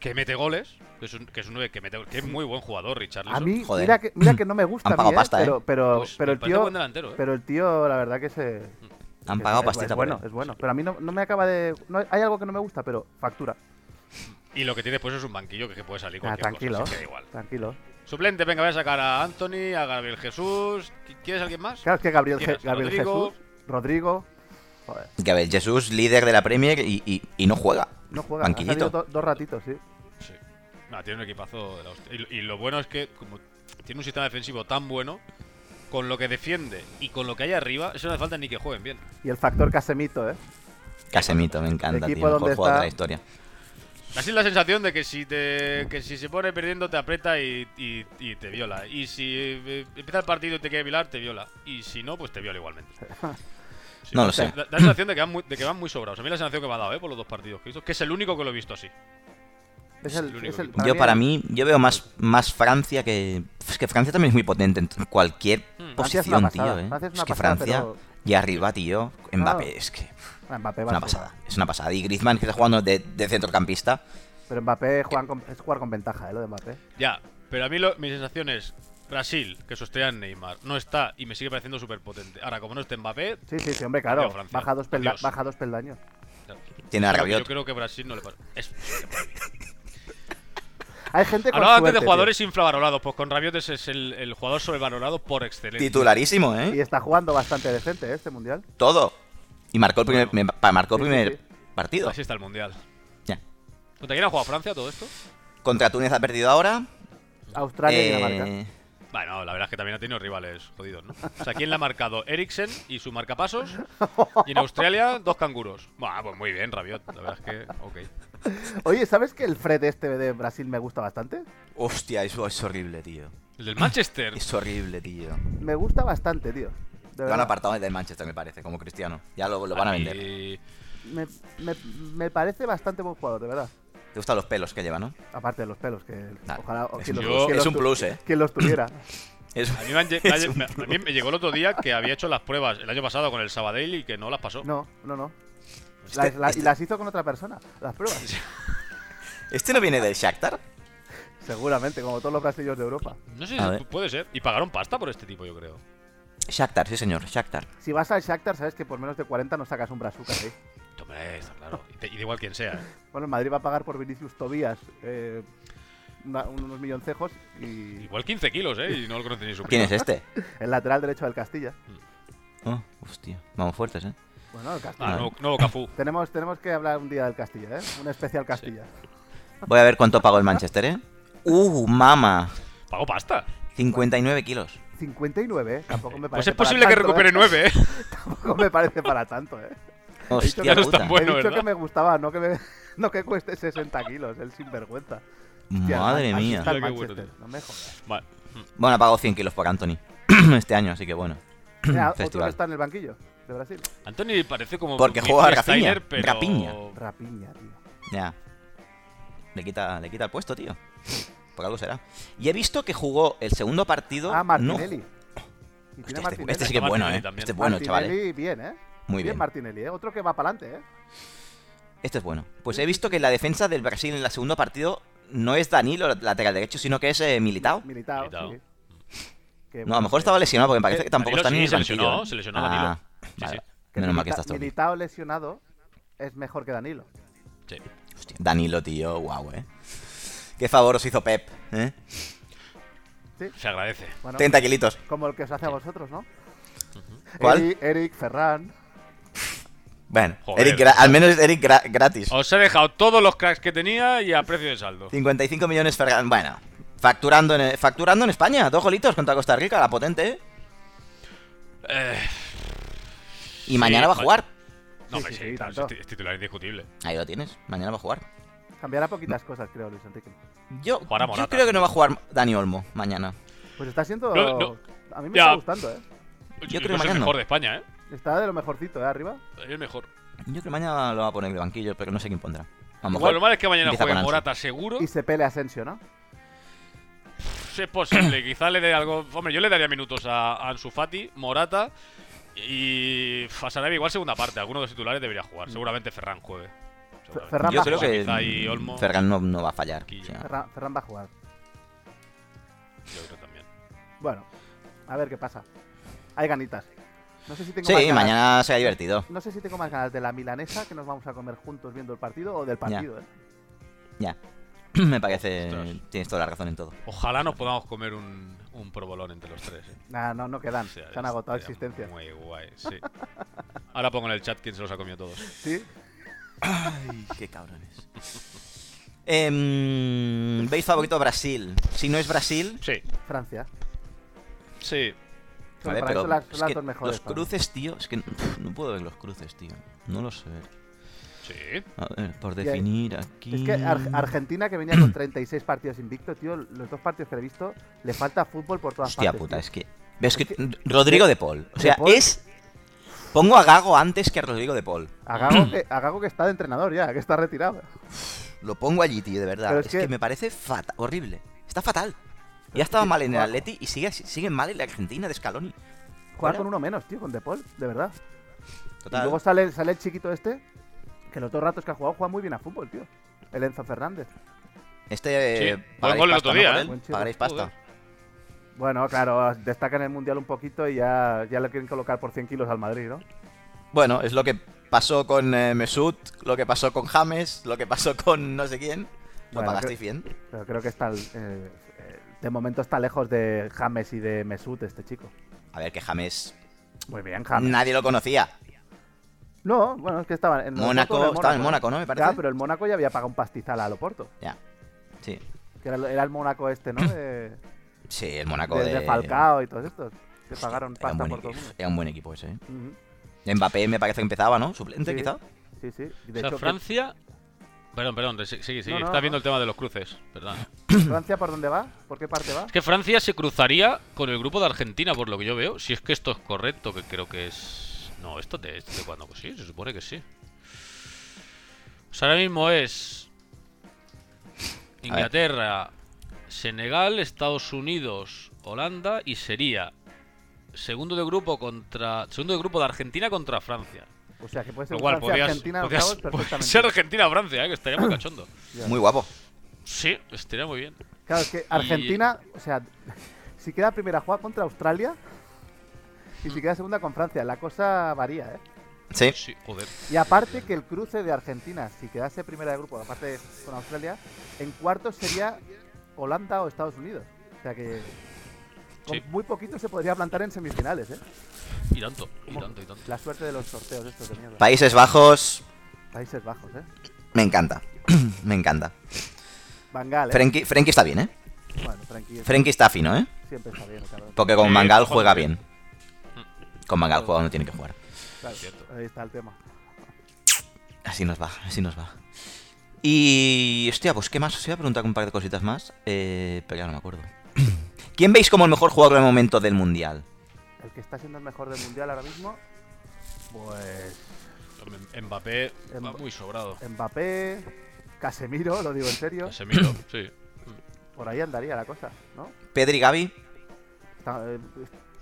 Speaker 4: que mete goles. Que es un, que es un 9 que mete goles, Que es muy buen jugador, Richard.
Speaker 3: A mí,
Speaker 1: Joder.
Speaker 3: mira que, mira que no me gusta.
Speaker 1: Han
Speaker 3: a mí,
Speaker 1: pagado
Speaker 3: ¿eh?
Speaker 1: pasta, ¿eh?
Speaker 3: Pero, pero, pero, el tío,
Speaker 4: Pues buen delantero, ¿eh?
Speaker 3: pero el tío, la verdad que se.
Speaker 1: Han
Speaker 3: que
Speaker 1: pagado
Speaker 3: es-
Speaker 1: pastita
Speaker 3: Es
Speaker 1: por
Speaker 3: bueno,
Speaker 1: él.
Speaker 3: es bueno. Pero a mí no, no me acaba de. no- hay algo que no me gusta, pero factura.
Speaker 4: Y lo que tiene pues es un banquillo que puede salir
Speaker 3: Ah,
Speaker 4: cualquier
Speaker 3: tranquilo,
Speaker 4: cosa, así que da igual.
Speaker 3: tranquilo.
Speaker 4: Suplente, venga, voy a sacar a Anthony, a Gabriel Jesús. ¿Qui- ¿Quieres alguien más?
Speaker 3: Claro, es que Gabriel, Je-
Speaker 4: ¿Quién es?
Speaker 3: Gabriel
Speaker 4: Rodrigo.
Speaker 3: Jesús, Rodrigo, joder,
Speaker 1: Gabriel Jesús, líder de la Premier y, y- y no juega.
Speaker 3: no juega. ha
Speaker 1: Banquillito.
Speaker 3: salido do- dos ratitos, sí.
Speaker 4: Sí. No, tiene un equipazo de la hostia. Y, lo- y lo bueno es que, como tiene un sistema defensivo tan bueno, con lo que defiende y con lo que hay arriba, eso no hace falta ni que jueguen bien.
Speaker 3: Y el factor Casemito, ¿eh?
Speaker 1: Casemito, me encanta,
Speaker 3: Equipo
Speaker 1: tío. Mejor
Speaker 3: donde
Speaker 1: jugador de
Speaker 3: está-
Speaker 1: la historia.
Speaker 4: Así es la sensación de que si te que si se pone perdiendo te aprieta y, y- y te viola. Y si eh, empieza el partido y te quiere violar, te viola. Y si no, pues te viola igualmente. Sí,
Speaker 1: No lo
Speaker 4: o sea,
Speaker 1: sé.
Speaker 4: Da, da la sensación de que, van muy, de que van muy sobrados. A mí la sensación que me ha dado, ¿eh? Por los dos partidos que he visto, que es el único que lo he visto así.
Speaker 3: Es
Speaker 4: Es
Speaker 3: el,
Speaker 4: el único
Speaker 3: es el-
Speaker 4: equipo.
Speaker 1: Yo para mí, yo veo más, más Francia que... Es que Francia también es muy potente en cualquier
Speaker 4: Hmm.
Speaker 3: Francia es una
Speaker 1: posición,
Speaker 3: pasada,
Speaker 1: tío. ¿eh?
Speaker 3: Francia es
Speaker 1: es,
Speaker 3: una
Speaker 1: que
Speaker 3: pasada,
Speaker 1: Francia,
Speaker 3: pero-
Speaker 1: y arriba, tío, Mbappé, es que
Speaker 3: Ah, Mbappé
Speaker 1: es
Speaker 3: va
Speaker 1: una
Speaker 3: a ser-
Speaker 1: pasada. Es una pasada. Y Griezmann que está jugando de, de centrocampista.
Speaker 3: Pero Mbappé juegan con- es jugar con ventaja, ¿eh? Lo de Mbappé.
Speaker 4: Ya, pero a mí lo- mi sensación es Brasil, que sostiene a Neymar, no está y me sigue pareciendo súper potente. Ahora, como no esté Mbappé,
Speaker 3: Sí, sí, sí, hombre, claro.
Speaker 4: Tío, Francia.
Speaker 3: Baja dos, pelda-
Speaker 4: Adiós.
Speaker 3: baja dos peldaños.
Speaker 4: claro,
Speaker 1: Tiene a
Speaker 4: yo-
Speaker 1: Rabiot.
Speaker 4: yo creo que Brasil no le pasa. Es-
Speaker 3: Hay gente con
Speaker 4: Hablaba antes
Speaker 3: suerte,
Speaker 4: de
Speaker 3: tío.
Speaker 4: jugadores infravalorados, pues con Rabiot ese es el, el jugador sobrevalorado por excelencia.
Speaker 1: Titularísimo, ¿eh?
Speaker 3: Y está jugando bastante decente, ¿eh? Este mundial.
Speaker 1: Todo. Y marcó el primer, me- pa- marcó el
Speaker 3: Sí, sí,
Speaker 1: primer
Speaker 3: sí.
Speaker 1: partido.
Speaker 4: Así está el mundial.
Speaker 1: Ya.
Speaker 4: ¿Contra quién ha jugado Francia todo esto?
Speaker 1: Contra Túnez ha perdido ahora.
Speaker 3: Australia y
Speaker 1: Eh,
Speaker 3: Dinamarca.
Speaker 4: Bueno, la verdad es que también ha tenido rivales jodidos, ¿no? O sea, ¿quién le ha marcado? Eriksen y su marcapasos. Y en Australia, dos canguros. Bueno, pues muy bien, Rabiot. La verdad es que, ok.
Speaker 3: Oye, ¿sabes que el Fred este de Brasil me gusta bastante?
Speaker 1: Hostia, eso es horrible, tío.
Speaker 4: El del Manchester.
Speaker 1: Es horrible, tío.
Speaker 3: Me gusta bastante, tío. De
Speaker 1: Lo han
Speaker 3: verdad.
Speaker 1: apartado del Manchester, me parece, como cristiano. Ya lo, lo van a vender.
Speaker 4: Y-
Speaker 3: Me, me- me parece bastante buen jugador, de verdad.
Speaker 1: Te gustan los pelos que lleva, ¿no?
Speaker 3: Aparte de los pelos, que
Speaker 1: Nah,
Speaker 3: ojalá.
Speaker 1: es
Speaker 3: quien
Speaker 1: un
Speaker 4: plus,
Speaker 3: quien
Speaker 1: es un
Speaker 3: tu-
Speaker 1: plus, ¿eh?
Speaker 3: Quien los tuviera.
Speaker 1: Es-
Speaker 4: A mí, me han lle- me ha lle- me- a mí me llegó el otro día que había hecho las pruebas el año pasado con el Sabadell y que no las pasó.
Speaker 3: No, no, no.
Speaker 1: Este-
Speaker 3: Las- la-
Speaker 1: este-
Speaker 3: Y las hizo con otra persona, las pruebas.
Speaker 1: ¿Este no viene del Shakhtar?
Speaker 3: Seguramente, como todos los brasileños de Europa.
Speaker 4: No sé
Speaker 1: A
Speaker 4: si
Speaker 1: ver.
Speaker 4: puede ser. Y pagaron pasta por este tipo, yo creo.
Speaker 1: Shakhtar, sí señor, Shakhtar.
Speaker 3: Si vas al Shakhtar, sabes que por menos de 40 no sacas un brazuca, ¿eh?
Speaker 4: Hombre, está claro. Y, te- y da igual quien sea. ¿eh?
Speaker 3: Bueno, el Madrid va a pagar por Vinicius Tobías eh, una- unos milloncejos y
Speaker 4: Igual 15 kilos, ¿eh? Y no lo conoce ni su
Speaker 1: ¿Quién
Speaker 4: primo.
Speaker 1: es este?
Speaker 3: el lateral derecho del Castilla.
Speaker 1: Oh, hostia. Vamos fuertes, ¿eh?
Speaker 3: Bueno, el Castilla.
Speaker 4: Ah, nuevo, nuevo Cafú.
Speaker 3: Tenemos, tenemos que hablar un día del Castilla, ¿eh? Un especial Castilla.
Speaker 1: Voy a ver cuánto pagó el Manchester, ¿eh? ¡Uh, mama!
Speaker 4: Pagó pasta.
Speaker 1: 59 kilos.
Speaker 3: 59, ¿eh? Tampoco me
Speaker 4: Pues
Speaker 3: parece
Speaker 4: es posible
Speaker 3: para
Speaker 4: que
Speaker 3: tanto,
Speaker 4: recupere
Speaker 3: ¿eh?
Speaker 4: 9, ¿eh?
Speaker 3: Tampoco me parece para tanto, ¿eh?
Speaker 1: Hostia
Speaker 4: Ya no es
Speaker 1: puta.
Speaker 4: tan bueno,
Speaker 3: He dicho
Speaker 4: ¿verdad?
Speaker 3: que me gustaba, no que, me, no que cueste 60 kilos, el sinvergüenza. Hostia,
Speaker 1: Madre
Speaker 3: así
Speaker 1: mía.
Speaker 3: está el
Speaker 4: Mira qué
Speaker 3: Manchester,
Speaker 4: bueno,
Speaker 3: no me jodas.
Speaker 4: Vale.
Speaker 1: Bueno, ha pagado 100 kilos por Anthony este año, así que bueno.
Speaker 3: Mira, otro que
Speaker 1: Festival.
Speaker 3: está en el banquillo de Brasil.
Speaker 4: Anthony parece como.
Speaker 1: Porque
Speaker 4: muy
Speaker 1: juega
Speaker 4: freestyler,
Speaker 1: Rafinha, Rafinha.
Speaker 3: Rapiña, tío.
Speaker 1: Ya. Le quita, le quita el puesto, tío. Por algo será. Y he visto que jugó el segundo partido.
Speaker 3: Ah,
Speaker 1: no-
Speaker 3: Martinelli. Y
Speaker 1: Hostia,
Speaker 3: tiene
Speaker 1: este-
Speaker 3: Martinelli.
Speaker 1: este, sí que es bueno,
Speaker 4: Martinelli
Speaker 1: ¿eh?
Speaker 4: también.
Speaker 1: Este es bueno,
Speaker 3: Martinelli,
Speaker 1: chavales.
Speaker 3: bien, ¿eh?
Speaker 1: Muy bien.
Speaker 3: Martinelli, ¿eh? Otro que va para adelante, ¿eh?
Speaker 1: Este es bueno. Pues he visto que la defensa del Brasil en el segundo partido no es Danilo, lateral derecho, sino que es eh, Militao.
Speaker 3: Militao.
Speaker 4: Militao.
Speaker 3: sí. Qué
Speaker 1: No, a
Speaker 3: bueno,
Speaker 1: lo mejor
Speaker 3: tío.
Speaker 1: estaba lesionado porque me parece que tampoco
Speaker 4: Eh, Danilo
Speaker 1: está ni
Speaker 4: sí,
Speaker 1: en el
Speaker 4: se lesionó,
Speaker 1: banquillo, ¿eh?
Speaker 4: se lesionó Danilo.
Speaker 1: Ah,
Speaker 4: Sí,
Speaker 1: vale.
Speaker 4: sí.
Speaker 3: Que
Speaker 1: Menos mal que
Speaker 3: Milita-
Speaker 1: estás tú. aquí.
Speaker 3: Militao lesionado es mejor que Danilo.
Speaker 4: Sí.
Speaker 1: Hostia, Danilo, tío, guau, eh. Qué favor os hizo Pep, ¿eh?
Speaker 4: Se agradece.
Speaker 3: Bueno,
Speaker 1: 30 kilitos.
Speaker 3: como el que os hace a vosotros, ¿no?
Speaker 1: ¿Cuál?
Speaker 3: Eric, Eric, Ferran.
Speaker 1: Bueno,
Speaker 4: Joder.
Speaker 1: Eric gra- al menos Eric gra- gratis.
Speaker 4: Os he dejado todos los cracks que tenía y a precio de saldo.
Speaker 1: 55 millones Fergan. Bueno, facturando en, facturando en España. Dos golitos contra Costa Rica, la potente, ¿eh?
Speaker 4: Eh,
Speaker 1: Y mañana va a
Speaker 4: ma-
Speaker 1: jugar.
Speaker 4: no,
Speaker 3: Sí,
Speaker 4: hombre,
Speaker 3: sí,
Speaker 4: sí,
Speaker 3: sí,
Speaker 4: claro,
Speaker 3: tanto.
Speaker 4: es ti- es titular indiscutible.
Speaker 1: Ahí lo tienes. Mañana va a jugar.
Speaker 3: Cambiará poquitas cosas, creo, Luis Enrique.
Speaker 1: Yo,
Speaker 4: Jugará
Speaker 1: yo
Speaker 4: Morata.
Speaker 1: creo que no va a jugar Dani Olmo mañana.
Speaker 3: Pues está siendo.
Speaker 4: No, no.
Speaker 3: A mí me
Speaker 4: Ya.
Speaker 3: está gustando, ¿eh?
Speaker 1: Yo creo que
Speaker 4: es el
Speaker 1: mañana no.
Speaker 4: mejor de España, ¿eh?
Speaker 3: Está de lo mejorcito, ¿eh? Arriba.
Speaker 4: Es el mejor.
Speaker 1: Yo creo que mañana lo va a poner de banquillo, pero no sé quién pondrá. A lo
Speaker 4: Bueno, lo
Speaker 1: mejor.
Speaker 4: malo es que mañana
Speaker 1: empieza
Speaker 4: juegue
Speaker 1: con Ansu.
Speaker 4: Morata seguro.
Speaker 3: Y se pelea Asensio, ¿no?
Speaker 4: Si es posible, quizá le dé algo. Hombre, yo le daría minutos a, a Ansu Fati, Morata y a Sarabia igual segunda parte. Alguno de los titulares debería jugar. Seguramente Ferran juegue. Seguramente.
Speaker 3: Mm. Ferran
Speaker 1: Yo
Speaker 3: va
Speaker 1: creo
Speaker 3: a jugar.
Speaker 1: que
Speaker 4: Quizá y Olmo.
Speaker 1: Fergan no, no va a fallar.
Speaker 4: Quillo.
Speaker 1: Sí, no.
Speaker 3: Ferran, Ferran va a jugar.
Speaker 4: Yo creo también.
Speaker 3: Bueno, a ver qué pasa. Hay ganitas. No sé si tengo
Speaker 1: Sí,
Speaker 3: más ganas-
Speaker 1: mañana será divertido.
Speaker 3: No sé si tengo más ganas de la milanesa que nos vamos a comer juntos viendo el partido o del partido, ¿eh?
Speaker 1: Ya. Me parece.
Speaker 4: Ostras.
Speaker 1: Tienes toda la razón en todo.
Speaker 4: Ojalá nos podamos comer un, un provolón entre los tres. ¿eh?
Speaker 3: Nah, no, no quedan.
Speaker 4: O sea,
Speaker 3: Se han agotado
Speaker 4: estaría
Speaker 3: existencias.
Speaker 4: Muy guay, sí. Ahora pongo en el chat quién se los ha comido todos.
Speaker 3: ¿Sí?
Speaker 1: Ay, qué cabrones. Em, ¿Veis favorito Brasil? Si no es Brasil,
Speaker 4: Sí,
Speaker 3: Francia.
Speaker 4: sí.
Speaker 1: Vale,
Speaker 3: para
Speaker 1: pero
Speaker 3: eso las,
Speaker 1: es
Speaker 3: las
Speaker 1: que
Speaker 3: dos mejores.
Speaker 1: los
Speaker 3: para mí.
Speaker 1: cruces, tío, es que pf, no puedo ver los cruces, tío. No lo sé.
Speaker 4: Sí.
Speaker 1: A ver, por
Speaker 3: Y hay-
Speaker 1: definir aquí.
Speaker 3: Es que Ar- Argentina, que venía con 36 partidos invicto, tío, los dos partidos que le he visto, le falta fútbol por todas
Speaker 1: Hostia
Speaker 3: partes.
Speaker 1: puta,
Speaker 3: tío.
Speaker 1: es que. Ves que.
Speaker 3: que-
Speaker 1: Rodrigo de Paul. O
Speaker 3: De
Speaker 1: sea,
Speaker 3: Paul-
Speaker 1: es. Pongo a Gago antes que a Rodrigo de Paul.
Speaker 3: A Gago, que, a Gago eh, que está de entrenador ya, que está retirado.
Speaker 1: Lo pongo allí, tío, de verdad.
Speaker 3: Pero
Speaker 1: es
Speaker 3: es
Speaker 1: que...
Speaker 3: que-
Speaker 1: me parece fata- horrible. Está fatal. Ya estaba
Speaker 3: que-
Speaker 1: mal en el
Speaker 3: Juan-
Speaker 1: Atleti y sigue, sigue mal en la Argentina de Scaloni.
Speaker 3: Juega
Speaker 1: Fuera.
Speaker 3: con uno menos, tío, con De Paul, de verdad. Y
Speaker 1: Total.
Speaker 3: luego sale, sale el chiquito este, que los dos ratos que ha jugado juega muy bien a fútbol, tío. El Enzo Fernández.
Speaker 1: Este.
Speaker 4: Sí, buen
Speaker 1: pagaréis
Speaker 4: gol el
Speaker 1: pasta,
Speaker 4: otro
Speaker 1: ¿no,
Speaker 4: día,
Speaker 1: por
Speaker 4: ¿eh?
Speaker 1: él?
Speaker 3: Buen chico.
Speaker 1: Pagaréis pasta.
Speaker 3: Bueno, claro, destaca en el Mundial un poquito y ya, ya le quieren colocar por 100 kilos al Madrid, ¿no?
Speaker 1: Bueno, es lo que pasó con eh, Mesut, lo que pasó con James, lo que pasó con no sé quién. Lo
Speaker 3: Bueno,
Speaker 1: pagasteis bien.
Speaker 3: Pero creo que está... eh, eh, de momento está lejos de James y de Mesut este chico.
Speaker 1: A ver, que James,
Speaker 3: Muy bien, James.
Speaker 1: nadie lo conocía.
Speaker 3: No, bueno, es que estaban en los
Speaker 1: Mónaco,
Speaker 3: votos del
Speaker 1: estaba en Mónaco, ¿no? Me parece.
Speaker 3: Ya, pero el Mónaco ya había pagado un pastizal a Loporto.
Speaker 1: Ya. Sí.
Speaker 3: Que era, era el Mónaco este, ¿no? De,
Speaker 1: Sí, el Mónaco
Speaker 3: de-
Speaker 1: de,
Speaker 3: de Falcao y todos estos. Que pagaron
Speaker 1: Era un,
Speaker 3: pasta
Speaker 1: buen
Speaker 3: por todo el
Speaker 1: equipo,
Speaker 3: mundo.
Speaker 1: era un buen equipo ese. ¿eh?
Speaker 3: Ujú.
Speaker 1: Mbappé me parece que empezaba, ¿no? Suplente,
Speaker 3: Sí.
Speaker 1: quizá.
Speaker 3: Sí, sí. De
Speaker 4: o sea,
Speaker 3: hecho, que
Speaker 4: Francia. Perdón, perdón, sí, sí, sí,
Speaker 3: No, no,
Speaker 4: estás
Speaker 3: no.
Speaker 4: viendo el tema de los cruces, ¿verdad?
Speaker 3: ¿Francia por dónde va? ¿Por qué parte va?
Speaker 4: Es que Francia se cruzaría con el grupo de Argentina, por lo que yo veo, si es que esto es correcto, que creo que es... No, esto de, esto de cuando... pues sí, se supone que sí. O sea, ahora mismo es... Inglaterra, Senegal, Estados Unidos, Holanda y sería segundo de grupo contra segundo de grupo de Argentina contra Francia.
Speaker 3: O sea, que puede ser
Speaker 4: Lo cual
Speaker 3: Francia,
Speaker 4: podrías,
Speaker 3: Argentina,
Speaker 4: podrías-
Speaker 3: octavos
Speaker 4: podría
Speaker 3: perfectamente.
Speaker 4: ser Argentina Francia, ¿eh? que estaría muy cachondo.
Speaker 3: Ya.
Speaker 1: Muy guapo.
Speaker 4: Sí, estaría muy bien.
Speaker 3: Claro, es que Argentina, o sea, si queda primera juega contra Australia y si queda segunda con Francia, la cosa varía, ¿eh?
Speaker 1: Sí.
Speaker 4: Sí, joder.
Speaker 3: Y aparte que el cruce de Argentina, si quedase primera de grupo, aparte con Australia, en cuarto sería Holanda o Estados Unidos. O sea que con
Speaker 4: Sí.
Speaker 3: muy poquito se podría plantar en semifinales, ¿eh?
Speaker 4: Y tanto, y tanto, y tanto.
Speaker 3: La suerte de los sorteos estos de mierda.
Speaker 1: Países Bajos,
Speaker 3: Países Bajos, ¿eh?
Speaker 1: me encanta. me encanta.
Speaker 3: Bangal, ¿eh?
Speaker 1: Frenkie, Frenkie está bien, ¿eh?
Speaker 3: bueno, Frankie
Speaker 1: Frenkie está fino, ¿eh?
Speaker 3: siempre está bien, cabrón.
Speaker 1: Porque con
Speaker 4: Sí,
Speaker 1: Mangal
Speaker 4: joder.
Speaker 1: juega bien. Con Mangal juega no tiene que jugar.
Speaker 3: Claro,
Speaker 4: Cierto.
Speaker 3: ahí está el tema.
Speaker 1: Así nos va, así nos va. Y. Hostia, pues qué más. Os iba a preguntar un par de cositas más. eh, pero ya no me acuerdo. ¿Quién veis como el mejor jugador de momento del mundial?
Speaker 3: El que está siendo el mejor del mundial ahora mismo, pues
Speaker 4: Hombre, Em- Mbappé va
Speaker 3: Mba-
Speaker 4: muy sobrado.
Speaker 3: Mbappé, Casemiro, lo digo en serio,
Speaker 4: Casemiro, sí.
Speaker 3: por ahí andaría la cosa, ¿no?
Speaker 1: Pedri Gavi.
Speaker 3: Está- eh,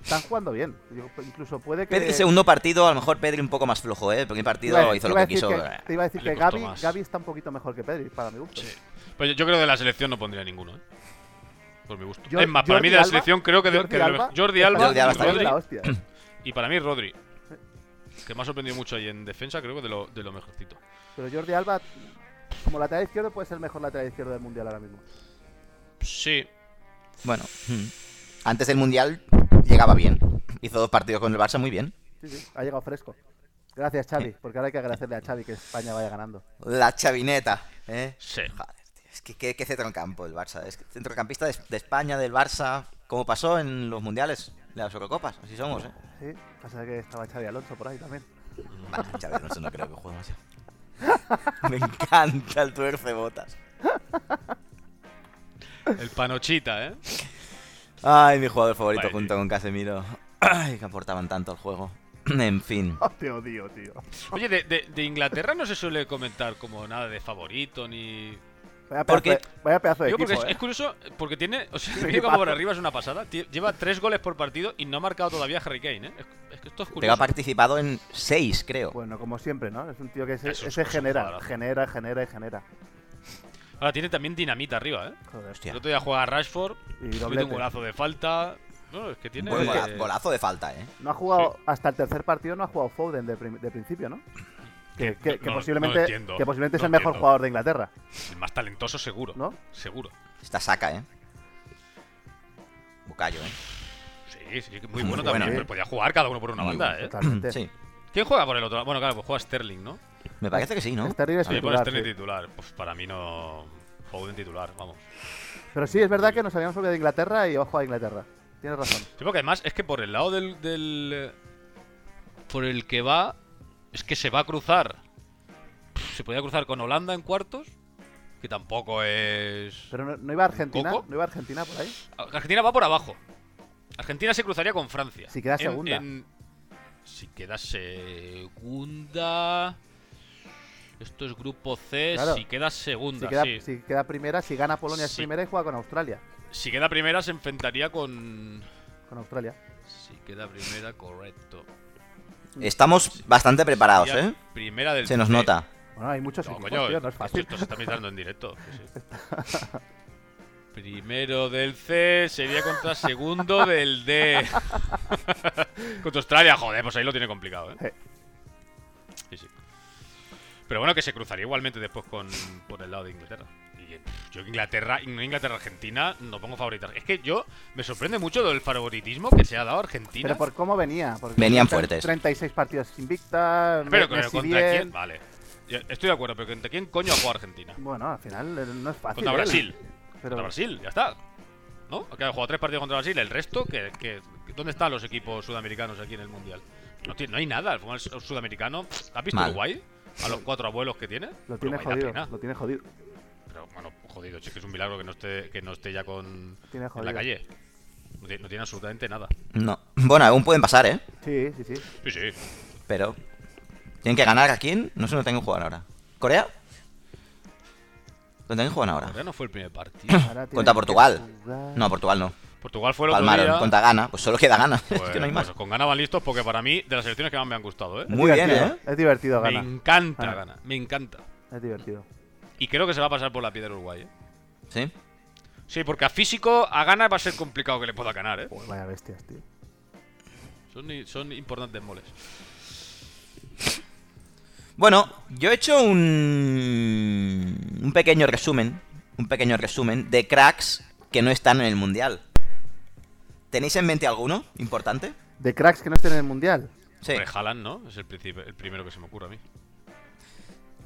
Speaker 3: están jugando bien. Yo- incluso puede que.
Speaker 1: Pedri, segundo partido, a lo mejor Pedri un poco más flojo, ¿eh? El primer
Speaker 3: te
Speaker 1: partido
Speaker 3: iba a decir-
Speaker 1: hizo
Speaker 3: Eh.
Speaker 1: lo
Speaker 3: te iba a
Speaker 1: que
Speaker 3: decir
Speaker 1: quiso.
Speaker 3: que- te iba a decir
Speaker 4: Le
Speaker 3: que
Speaker 4: costó
Speaker 3: Gaby,
Speaker 4: más.
Speaker 3: Gaby está un poquito mejor que Pedri, para mi gusto.
Speaker 4: sí. Pero yo- yo creo que de la selección no pondría ninguno, ¿eh? Por mi gusto.
Speaker 3: Jor-
Speaker 4: es más, para
Speaker 3: Jordi
Speaker 4: mí de la
Speaker 3: Alba-
Speaker 4: selección creo que de, que de lo mejor- Jordi Alba,
Speaker 1: Jordi Alba
Speaker 4: y
Speaker 1: está
Speaker 3: Rodri.
Speaker 4: Rodri,
Speaker 3: La hostia.
Speaker 4: y para mí Rodri. Que me ha sorprendido mucho ahí en defensa, creo que de lo, de lo mejorcito.
Speaker 3: Pero Jordi Alba, como lateral izquierdo, puede ser el mejor lateral izquierdo del mundial ahora mismo.
Speaker 4: Sí,
Speaker 1: Bueno, mm. antes del mundial llegaba bien. Hizo dos partidos con el Barça muy bien.
Speaker 3: Sí, sí, ha llegado fresco. Gracias, Xavi, porque ahora hay que agradecerle a Xavi que España vaya ganando.
Speaker 1: La chavineta, ¿eh?
Speaker 4: sí.
Speaker 1: Joder, tío, es que qué, qué centrocampo el Barça. Es que centrocampista de, de España, del Barça, como pasó en los mundiales, en las Eurocopas. Así somos, ¿eh?
Speaker 3: Sí, pasa que estaba Xavi Alonso por ahí también.
Speaker 1: Vale, Xavi Alonso no creo que juegue más. Me encanta el tuerce botas.
Speaker 4: El panochita, ¿eh?
Speaker 1: Ay, mi jugador favorito
Speaker 4: Vale.
Speaker 1: junto con Casemiro. Ay, que aportaban tanto al juego. En fin.
Speaker 4: Ah,
Speaker 3: Oh, te odio, tío.
Speaker 4: Oye, de, de- de Inglaterra no se suele comentar como nada de favorito ni.
Speaker 3: Vaya pedazo,
Speaker 1: Porque-
Speaker 3: de, vaya pedazo de
Speaker 4: Digo, porque
Speaker 3: equipo,
Speaker 4: es,
Speaker 3: ¿eh?
Speaker 4: es curioso, porque tiene. O sea,
Speaker 3: Sí,
Speaker 4: mira como
Speaker 3: pasa.
Speaker 4: por arriba es una pasada. Tie- Lleva tres goles por partido y no ha marcado todavía Harry Kane, ¿eh? Es, es que esto es
Speaker 1: Pero ha
Speaker 4: curioso.
Speaker 1: participado en seis, creo.
Speaker 3: Bueno, como siempre, ¿no? Es un tío que se,
Speaker 4: Eso es-
Speaker 3: ese
Speaker 4: eso es un
Speaker 3: genera,
Speaker 4: jugadorazo.
Speaker 3: genera, genera y genera.
Speaker 4: Ahora tiene también dinamita arriba, ¿eh?
Speaker 3: Joder.
Speaker 1: Hostia.
Speaker 4: El otro día juega
Speaker 3: Y
Speaker 4: Rashford, mete un
Speaker 3: doblete.
Speaker 4: golazo de falta. No, es que tiene.
Speaker 1: Buen gola-
Speaker 4: eh,
Speaker 1: golazo de falta, ¿eh?
Speaker 3: No ha jugado, hasta el tercer partido no ha jugado Foden de, prim- de principio, ¿no? que, que- que
Speaker 4: no, no
Speaker 3: posiblemente,
Speaker 4: entiendo,
Speaker 3: que posiblemente es
Speaker 4: no
Speaker 3: el mejor
Speaker 4: entiendo.
Speaker 3: jugador de Inglaterra,
Speaker 4: El más talentoso, seguro.
Speaker 3: ¿no?
Speaker 4: Seguro.
Speaker 1: Esta saca, ¿eh? Bucayo, ¿eh?
Speaker 4: Sí, sí, que muy
Speaker 1: Muy
Speaker 4: bueno
Speaker 1: bueno,
Speaker 4: también.
Speaker 1: eh.
Speaker 4: pero podía jugar cada uno por una
Speaker 1: Muy
Speaker 4: banda,
Speaker 1: bueno,
Speaker 4: ¿eh?
Speaker 3: Totalmente.
Speaker 1: Sí.
Speaker 4: ¿Quién juega por el otro lado? Bueno, claro, pues juega Sterling, ¿no?
Speaker 1: Me parece que sí, ¿no?
Speaker 3: Sterling es
Speaker 4: Sí,
Speaker 3: titular,
Speaker 4: pone Sterling
Speaker 3: sí.
Speaker 4: titular. Pues para mí no. Foden titular, vamos.
Speaker 3: Pero sí, es verdad que nos habíamos olvidado de Inglaterra y ojo a Inglaterra. Tienes razón.
Speaker 4: Sí, porque además es que por el lado del, del- eh, Por el que va. Es que se va a cruzar. Pff, Se podía cruzar con Holanda en cuartos. Que tampoco es.
Speaker 3: Pero no, no iba a Argentina,
Speaker 4: ¿Coco?
Speaker 3: no iba a Argentina por ahí.
Speaker 4: Argentina va por abajo. Argentina se cruzaría con Francia.
Speaker 3: Si queda
Speaker 4: En-
Speaker 3: segunda.
Speaker 4: en- Si queda segunda. Esto es grupo C.
Speaker 3: Claro.
Speaker 4: Si queda
Speaker 3: Si
Speaker 4: segunda,
Speaker 3: queda,
Speaker 4: sí.
Speaker 3: si queda primera, si gana Polonia es
Speaker 4: Sí.
Speaker 3: primera y juega con Australia.
Speaker 4: Si queda primera, se enfrentaría con.
Speaker 3: Con Australia.
Speaker 4: Si queda primera, correcto.
Speaker 1: Estamos bastante preparados,
Speaker 4: Sería
Speaker 1: ¿eh?
Speaker 4: Primera del
Speaker 1: Se nos
Speaker 4: C.
Speaker 1: nota.
Speaker 3: Bueno, hay muchos
Speaker 4: No,
Speaker 3: equipos,
Speaker 4: coño,
Speaker 3: tío, no es
Speaker 4: esto-
Speaker 3: fácil.
Speaker 4: Esto se está mirando en directo. sí, sí. Primero del C sería contra segundo del D. contra Australia, joder, pues ahí lo tiene complicado, ¿eh? Sí, sí. Pero bueno, que se cruzaría igualmente después con por el lado de Inglaterra. Y, eh, yo Inglaterra, Inglaterra Argentina no pongo favoritas. Es que yo me sorprende mucho el favoritismo que se ha dado a Argentina.
Speaker 3: Pero por cómo venía. porque
Speaker 1: Venían
Speaker 3: tre-
Speaker 1: fuertes.
Speaker 3: 36 partidos invictas.
Speaker 4: Pero
Speaker 3: Messi
Speaker 4: contra
Speaker 3: 10.
Speaker 4: quién, vale. Yo Estoy de acuerdo, pero contra quién coño ha jugado Argentina?
Speaker 3: Bueno, al final eh, no es fácil.
Speaker 4: Contra
Speaker 3: ¿eh?
Speaker 4: Brasil.
Speaker 3: Pero
Speaker 4: Contra Brasil, ya está. ¿No? Porque ha jugado tres partidos contra Brasil, el resto, que, que- que- ¿dónde están los equipos sudamericanos aquí en el Mundial? No, tiene- no hay nada, el fútbol su- sudamericano. ¿Has visto
Speaker 1: Mal.
Speaker 4: Uruguay? A los cuatro abuelos que tiene.
Speaker 3: lo tiene
Speaker 4: Uruguay da
Speaker 3: jodido.
Speaker 4: pena.
Speaker 3: Lo tiene jodido.
Speaker 4: Pero bueno, jodido, sí que es un milagro que no esté, que no esté ya con
Speaker 3: Tiene
Speaker 4: en
Speaker 3: jodido.
Speaker 4: la calle. No tiene, no tiene absolutamente nada.
Speaker 1: No. Bueno, aún pueden pasar, ¿eh?
Speaker 3: Sí, sí, sí.
Speaker 4: Sí, sí.
Speaker 1: Pero. ¿Tienen que ganar a quién? No sé, no tengo que jugar ahora. ¿Corea? ¿Dónde tienen que jugar ahora?
Speaker 4: Corea no fue el primer partido.
Speaker 3: Ahora tiene
Speaker 1: Contra
Speaker 3: que
Speaker 1: Portugal.
Speaker 3: jugar-
Speaker 1: No, Portugal no.
Speaker 4: Portugal fue el otro
Speaker 1: Palmaron
Speaker 4: día.
Speaker 1: contra Ghana. Pues solo queda Ghana.
Speaker 4: Pues,
Speaker 1: es que no hay más.
Speaker 4: bueno, con ganas van listos porque para mí, de las selecciones que más me han gustado, ¿eh?
Speaker 3: Es
Speaker 1: Muy bien,
Speaker 3: divertido,
Speaker 1: ¿eh?
Speaker 3: Es divertido,
Speaker 4: Me
Speaker 3: gana.
Speaker 4: encanta,
Speaker 3: Gana.
Speaker 4: gana. Me encanta.
Speaker 3: Es divertido.
Speaker 4: Y creo que se va a pasar por la piedra Uruguay, ¿eh?
Speaker 1: ¿Sí?
Speaker 4: Sí, porque a físico, a ganas va a ser complicado que le pueda ganar, ¿eh?
Speaker 3: Uy, vaya bestias, tío.
Speaker 4: Son, i- son importantes moles.
Speaker 1: Bueno, yo he hecho un. Un pequeño resumen. Un pequeño resumen de cracks que no están en el mundial. ¿Tenéis en mente alguno importante?
Speaker 3: De cracks que no estén en el mundial.
Speaker 1: Sí.
Speaker 4: Hombre, Haaland, ¿no? Es el, princip- el primero que se me ocurre a mí.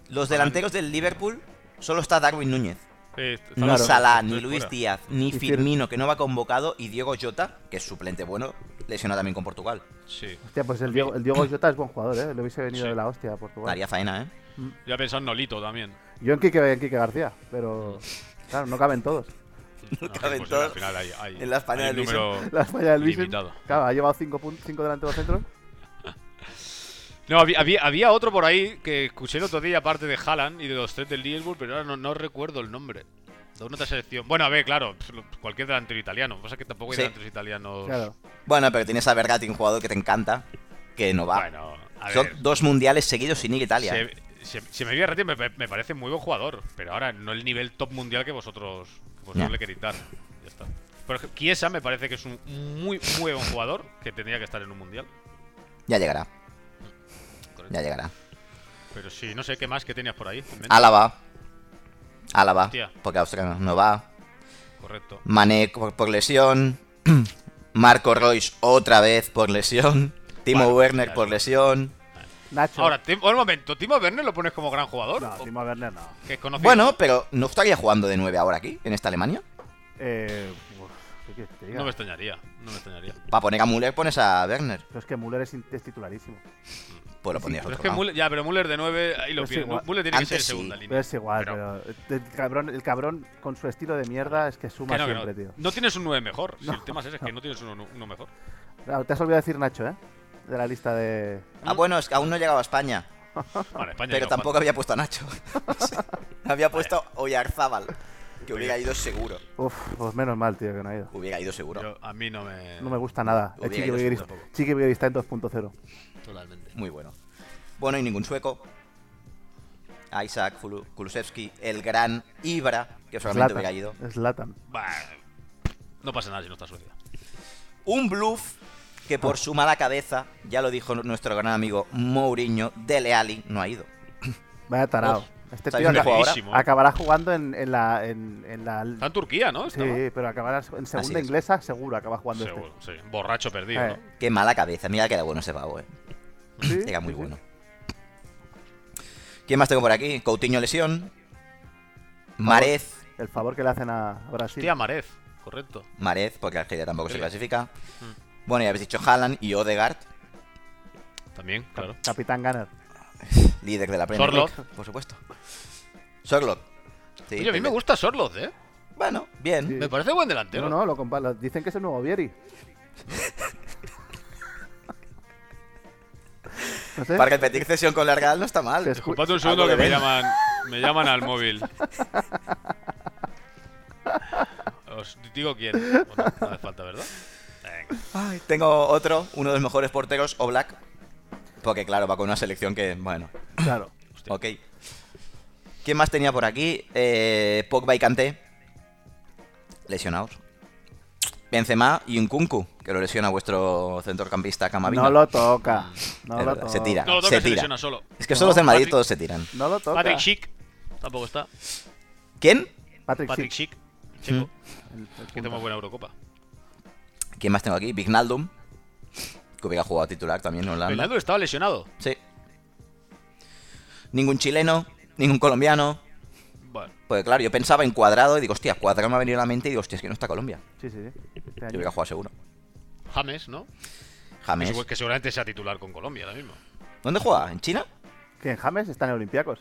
Speaker 1: Los delanteros del Liverpool solo está Darwin Núñez.
Speaker 4: Eh,
Speaker 1: Ni
Speaker 4: Haaland,
Speaker 1: Salah,
Speaker 4: estoy
Speaker 1: ni Luis
Speaker 4: fuera.
Speaker 1: Díaz, ni
Speaker 3: Hicieron-
Speaker 1: Firmino, que no va convocado, y Diego Jota, que es suplente bueno, lesionado también con Portugal.
Speaker 4: Sí.
Speaker 3: Hostia, pues el Diego, el Diego Jota es buen jugador, ¿eh? Le hubiese venido
Speaker 4: Sí.
Speaker 3: de la hostia a Portugal.
Speaker 1: Daría faena, ¿eh?
Speaker 4: Yo he pensado en Nolito también.
Speaker 3: Yo en Quique, en Quique García, pero claro, no caben todos.
Speaker 4: No,
Speaker 1: caben
Speaker 4: pues
Speaker 1: todos
Speaker 4: Al final hay, hay-
Speaker 1: en la España
Speaker 4: hay un
Speaker 1: de Luis.
Speaker 4: número-
Speaker 3: La falla del Luis.
Speaker 4: Limitado.
Speaker 3: Claro, ha llevado 5 cinco, pun- cinco delante de los centros.
Speaker 4: No, había, había, había otro por ahí que escuché el otro día, aparte de Haaland y de los tres del Liverpool, pero ahora no, no recuerdo el nombre. De una otra selección. Bueno, a ver, claro, pf, lo- cualquier delantero italiano. Lo que Pasa es que tampoco hay
Speaker 1: Sí.
Speaker 4: delanteros italianos.
Speaker 3: Claro.
Speaker 1: Bueno, pero tienes a Bergatti, un jugador que te encanta, que no va.
Speaker 4: Bueno, a ver.
Speaker 1: Son dos mundiales seguidos sin ir a Italia.
Speaker 4: Se, se, se me viene me, me parece muy buen jugador, pero ahora no el nivel top mundial que vosotros, que vosotros
Speaker 1: Ya.
Speaker 4: le queréis dar. Ya está. Por ejemplo, Chiesa me parece que es un muy, muy buen jugador que tendría que estar en un mundial.
Speaker 1: Ya llegará,
Speaker 4: correcto.
Speaker 1: ya llegará.
Speaker 4: Pero sí, no sé qué más que tenías por ahí. en mente.
Speaker 1: Álava. Álava,
Speaker 4: Hostia.
Speaker 1: porque Austria no- no va.
Speaker 4: Correcto.
Speaker 1: Mané por, por lesión. Marco Royce otra vez por lesión. Timo
Speaker 4: Bueno,
Speaker 1: Werner
Speaker 4: ya
Speaker 1: por
Speaker 4: es.
Speaker 1: lesión.
Speaker 3: Nacho.
Speaker 4: Ahora, Tim- un momento, ¿Timo Werner lo pones como gran jugador?
Speaker 3: No,
Speaker 4: ¿O-
Speaker 3: Timo Werner no.
Speaker 4: que es conocido?
Speaker 1: Bueno, pero ¿no estaría jugando de 9 ahora aquí, en esta Alemania?
Speaker 3: Eh, uf, ¿Qué quieres que te diga?
Speaker 4: no me extrañaría. No me extrañaría.
Speaker 1: Para poner a Müller pones a Werner.
Speaker 3: Pero es que Müller es, in- es titularísimo.
Speaker 1: Pues lo pondrías
Speaker 4: Pero es
Speaker 1: otro
Speaker 4: que
Speaker 1: lado.
Speaker 4: Müller- ya, pero Müller de 9, ahí lo
Speaker 3: Pues
Speaker 4: pierde.
Speaker 3: igual.
Speaker 4: Müller tiene que
Speaker 1: Antes
Speaker 4: ser de
Speaker 1: sí,
Speaker 4: segunda
Speaker 3: Pero
Speaker 4: línea.
Speaker 3: es igual,
Speaker 4: Pero-
Speaker 3: pero, el, cabrón, el cabrón con su estilo de mierda es que suma
Speaker 4: Que no, que no.
Speaker 3: siempre, tío.
Speaker 4: No tienes un 9 mejor. Si
Speaker 3: No,
Speaker 4: el tema es ese, es que no tienes uno, uno mejor.
Speaker 3: Claro, te has olvidado decir Nacho, ¿eh? De la lista de.
Speaker 1: Ah, bueno, es que aún no he llegado a España.
Speaker 4: Bueno, España
Speaker 1: Pero
Speaker 4: ya
Speaker 1: tampoco había puesto a Nacho. había puesto a Oyarzábal. Que hubiera ido seguro.
Speaker 3: Uf, pues menos mal, tío, que no ha ido.
Speaker 1: Hubiera ido seguro.
Speaker 4: Yo- a mí no me.
Speaker 3: No me gusta nada.
Speaker 1: Hubiera
Speaker 3: Es chiqui
Speaker 1: ido
Speaker 3: Bigueris-
Speaker 4: tampoco.
Speaker 3: chiqui Bigueris está en 2.0.
Speaker 4: Totalmente.
Speaker 1: Muy bueno. Bueno, y ningún sueco. Isaac Kulu- Kulusevski, el gran Ibra, que solamente hubiera ido.
Speaker 3: Es Latam.
Speaker 4: no pasa nada si no está Suecia.
Speaker 1: Un bluff que por su mala cabeza, ya lo dijo nuestro gran amigo Mourinho, Dele Alli no ha ido.
Speaker 3: Vaya tarado. Este
Speaker 1: ¿sabes
Speaker 3: tío
Speaker 1: dónde
Speaker 3: aca-
Speaker 1: juega ahora?
Speaker 4: Buenísimo.
Speaker 3: acabará jugando en, en la. En, en la
Speaker 4: Está en Turquía, ¿no? Estaba.
Speaker 3: sí, pero acabará en segunda
Speaker 1: es.
Speaker 3: inglesa, seguro acaba jugando este.
Speaker 4: Seguro, sí. Borracho perdido,
Speaker 3: Eh.
Speaker 4: ¿no?
Speaker 1: Qué mala cabeza. Mira que era bueno ese pavo, eh.
Speaker 3: este. Sí,
Speaker 1: Era muy
Speaker 3: sí, sí.
Speaker 1: bueno. ¿Quién más tengo por aquí? Coutinho lesión. Marez.
Speaker 3: El favor que le hacen a Brasil.
Speaker 4: Hostia, Marez, correcto.
Speaker 1: Marez, porque Argelia tampoco se
Speaker 4: Sí.
Speaker 1: clasifica.
Speaker 3: Mm.
Speaker 1: Bueno, ya habéis dicho Haaland y Odegaard,
Speaker 4: También, claro.
Speaker 3: Capitán Gunner.
Speaker 1: líder de la Premier League,
Speaker 4: Sorloth.
Speaker 1: por supuesto. Sorloth. Sí,
Speaker 4: Oye, a mí me
Speaker 1: perfecto.
Speaker 4: gusta Sorloth, ¿eh?
Speaker 1: Bueno, bien.
Speaker 3: Sí.
Speaker 4: Me parece buen
Speaker 3: No,
Speaker 4: delantero.
Speaker 3: no, lo compa- lo- dicen que es el nuevo Vieri. No sé.
Speaker 1: Para repetir cesión con la Real no está mal.
Speaker 3: Se escu- Ah,
Speaker 4: Disculpad un
Speaker 1: Algo
Speaker 4: segundo que
Speaker 1: de
Speaker 4: me
Speaker 1: Ben.
Speaker 4: llaman, me llaman al móvil. Os digo quién. Bueno, no hace falta, ¿verdad? Venga.
Speaker 1: Ay, tengo otro, uno de los mejores porteros, Oblak. Porque claro, va con una selección que, bueno,
Speaker 3: Claro.
Speaker 4: Hostia.
Speaker 1: ok. ¿Quién más tenía por aquí? Eh, Pogba y Kanté. Lesionados. Benzema y Nkunku, que lo lesiona vuestro centrocampista Camavinga.
Speaker 3: No lo toca. No
Speaker 1: Es
Speaker 3: lo
Speaker 1: verdad,
Speaker 3: toca.
Speaker 1: se tira.
Speaker 4: No, no,
Speaker 1: se
Speaker 4: que se
Speaker 1: tira.
Speaker 4: lesiona solo.
Speaker 1: Es que
Speaker 3: No,
Speaker 1: solo los de Madrid
Speaker 4: Patrick-
Speaker 1: todos se tiran.
Speaker 3: No lo toca.
Speaker 4: Patrick Schick tampoco está.
Speaker 1: ¿Quién?
Speaker 3: Patrick
Speaker 4: Patrick
Speaker 3: Schick,
Speaker 4: Schick, checo,
Speaker 3: el- el
Speaker 4: que
Speaker 3: punta.
Speaker 4: tengo buena Eurocopa.
Speaker 1: ¿Quién más tengo aquí? Vignaldum, que hubiera jugado titular también en Holanda.
Speaker 4: Bernardo estaba lesionado.
Speaker 1: Sí. Ningún chileno, ningún colombiano.
Speaker 4: Bueno,
Speaker 1: Porque claro, yo pensaba en cuadrado y digo, hostia, cuadrado me ha venido a la mente y digo, hostia, es que no está Colombia.
Speaker 3: Sí, sí, sí. Este
Speaker 1: Yo
Speaker 3: año.
Speaker 1: hubiera jugado seguro.
Speaker 4: James, ¿no? Que
Speaker 1: James.
Speaker 4: segu- Que seguramente sea titular con Colombia ahora mismo.
Speaker 1: ¿Dónde juega? ¿En China?
Speaker 3: ¿Quién? James está en Olympiacos.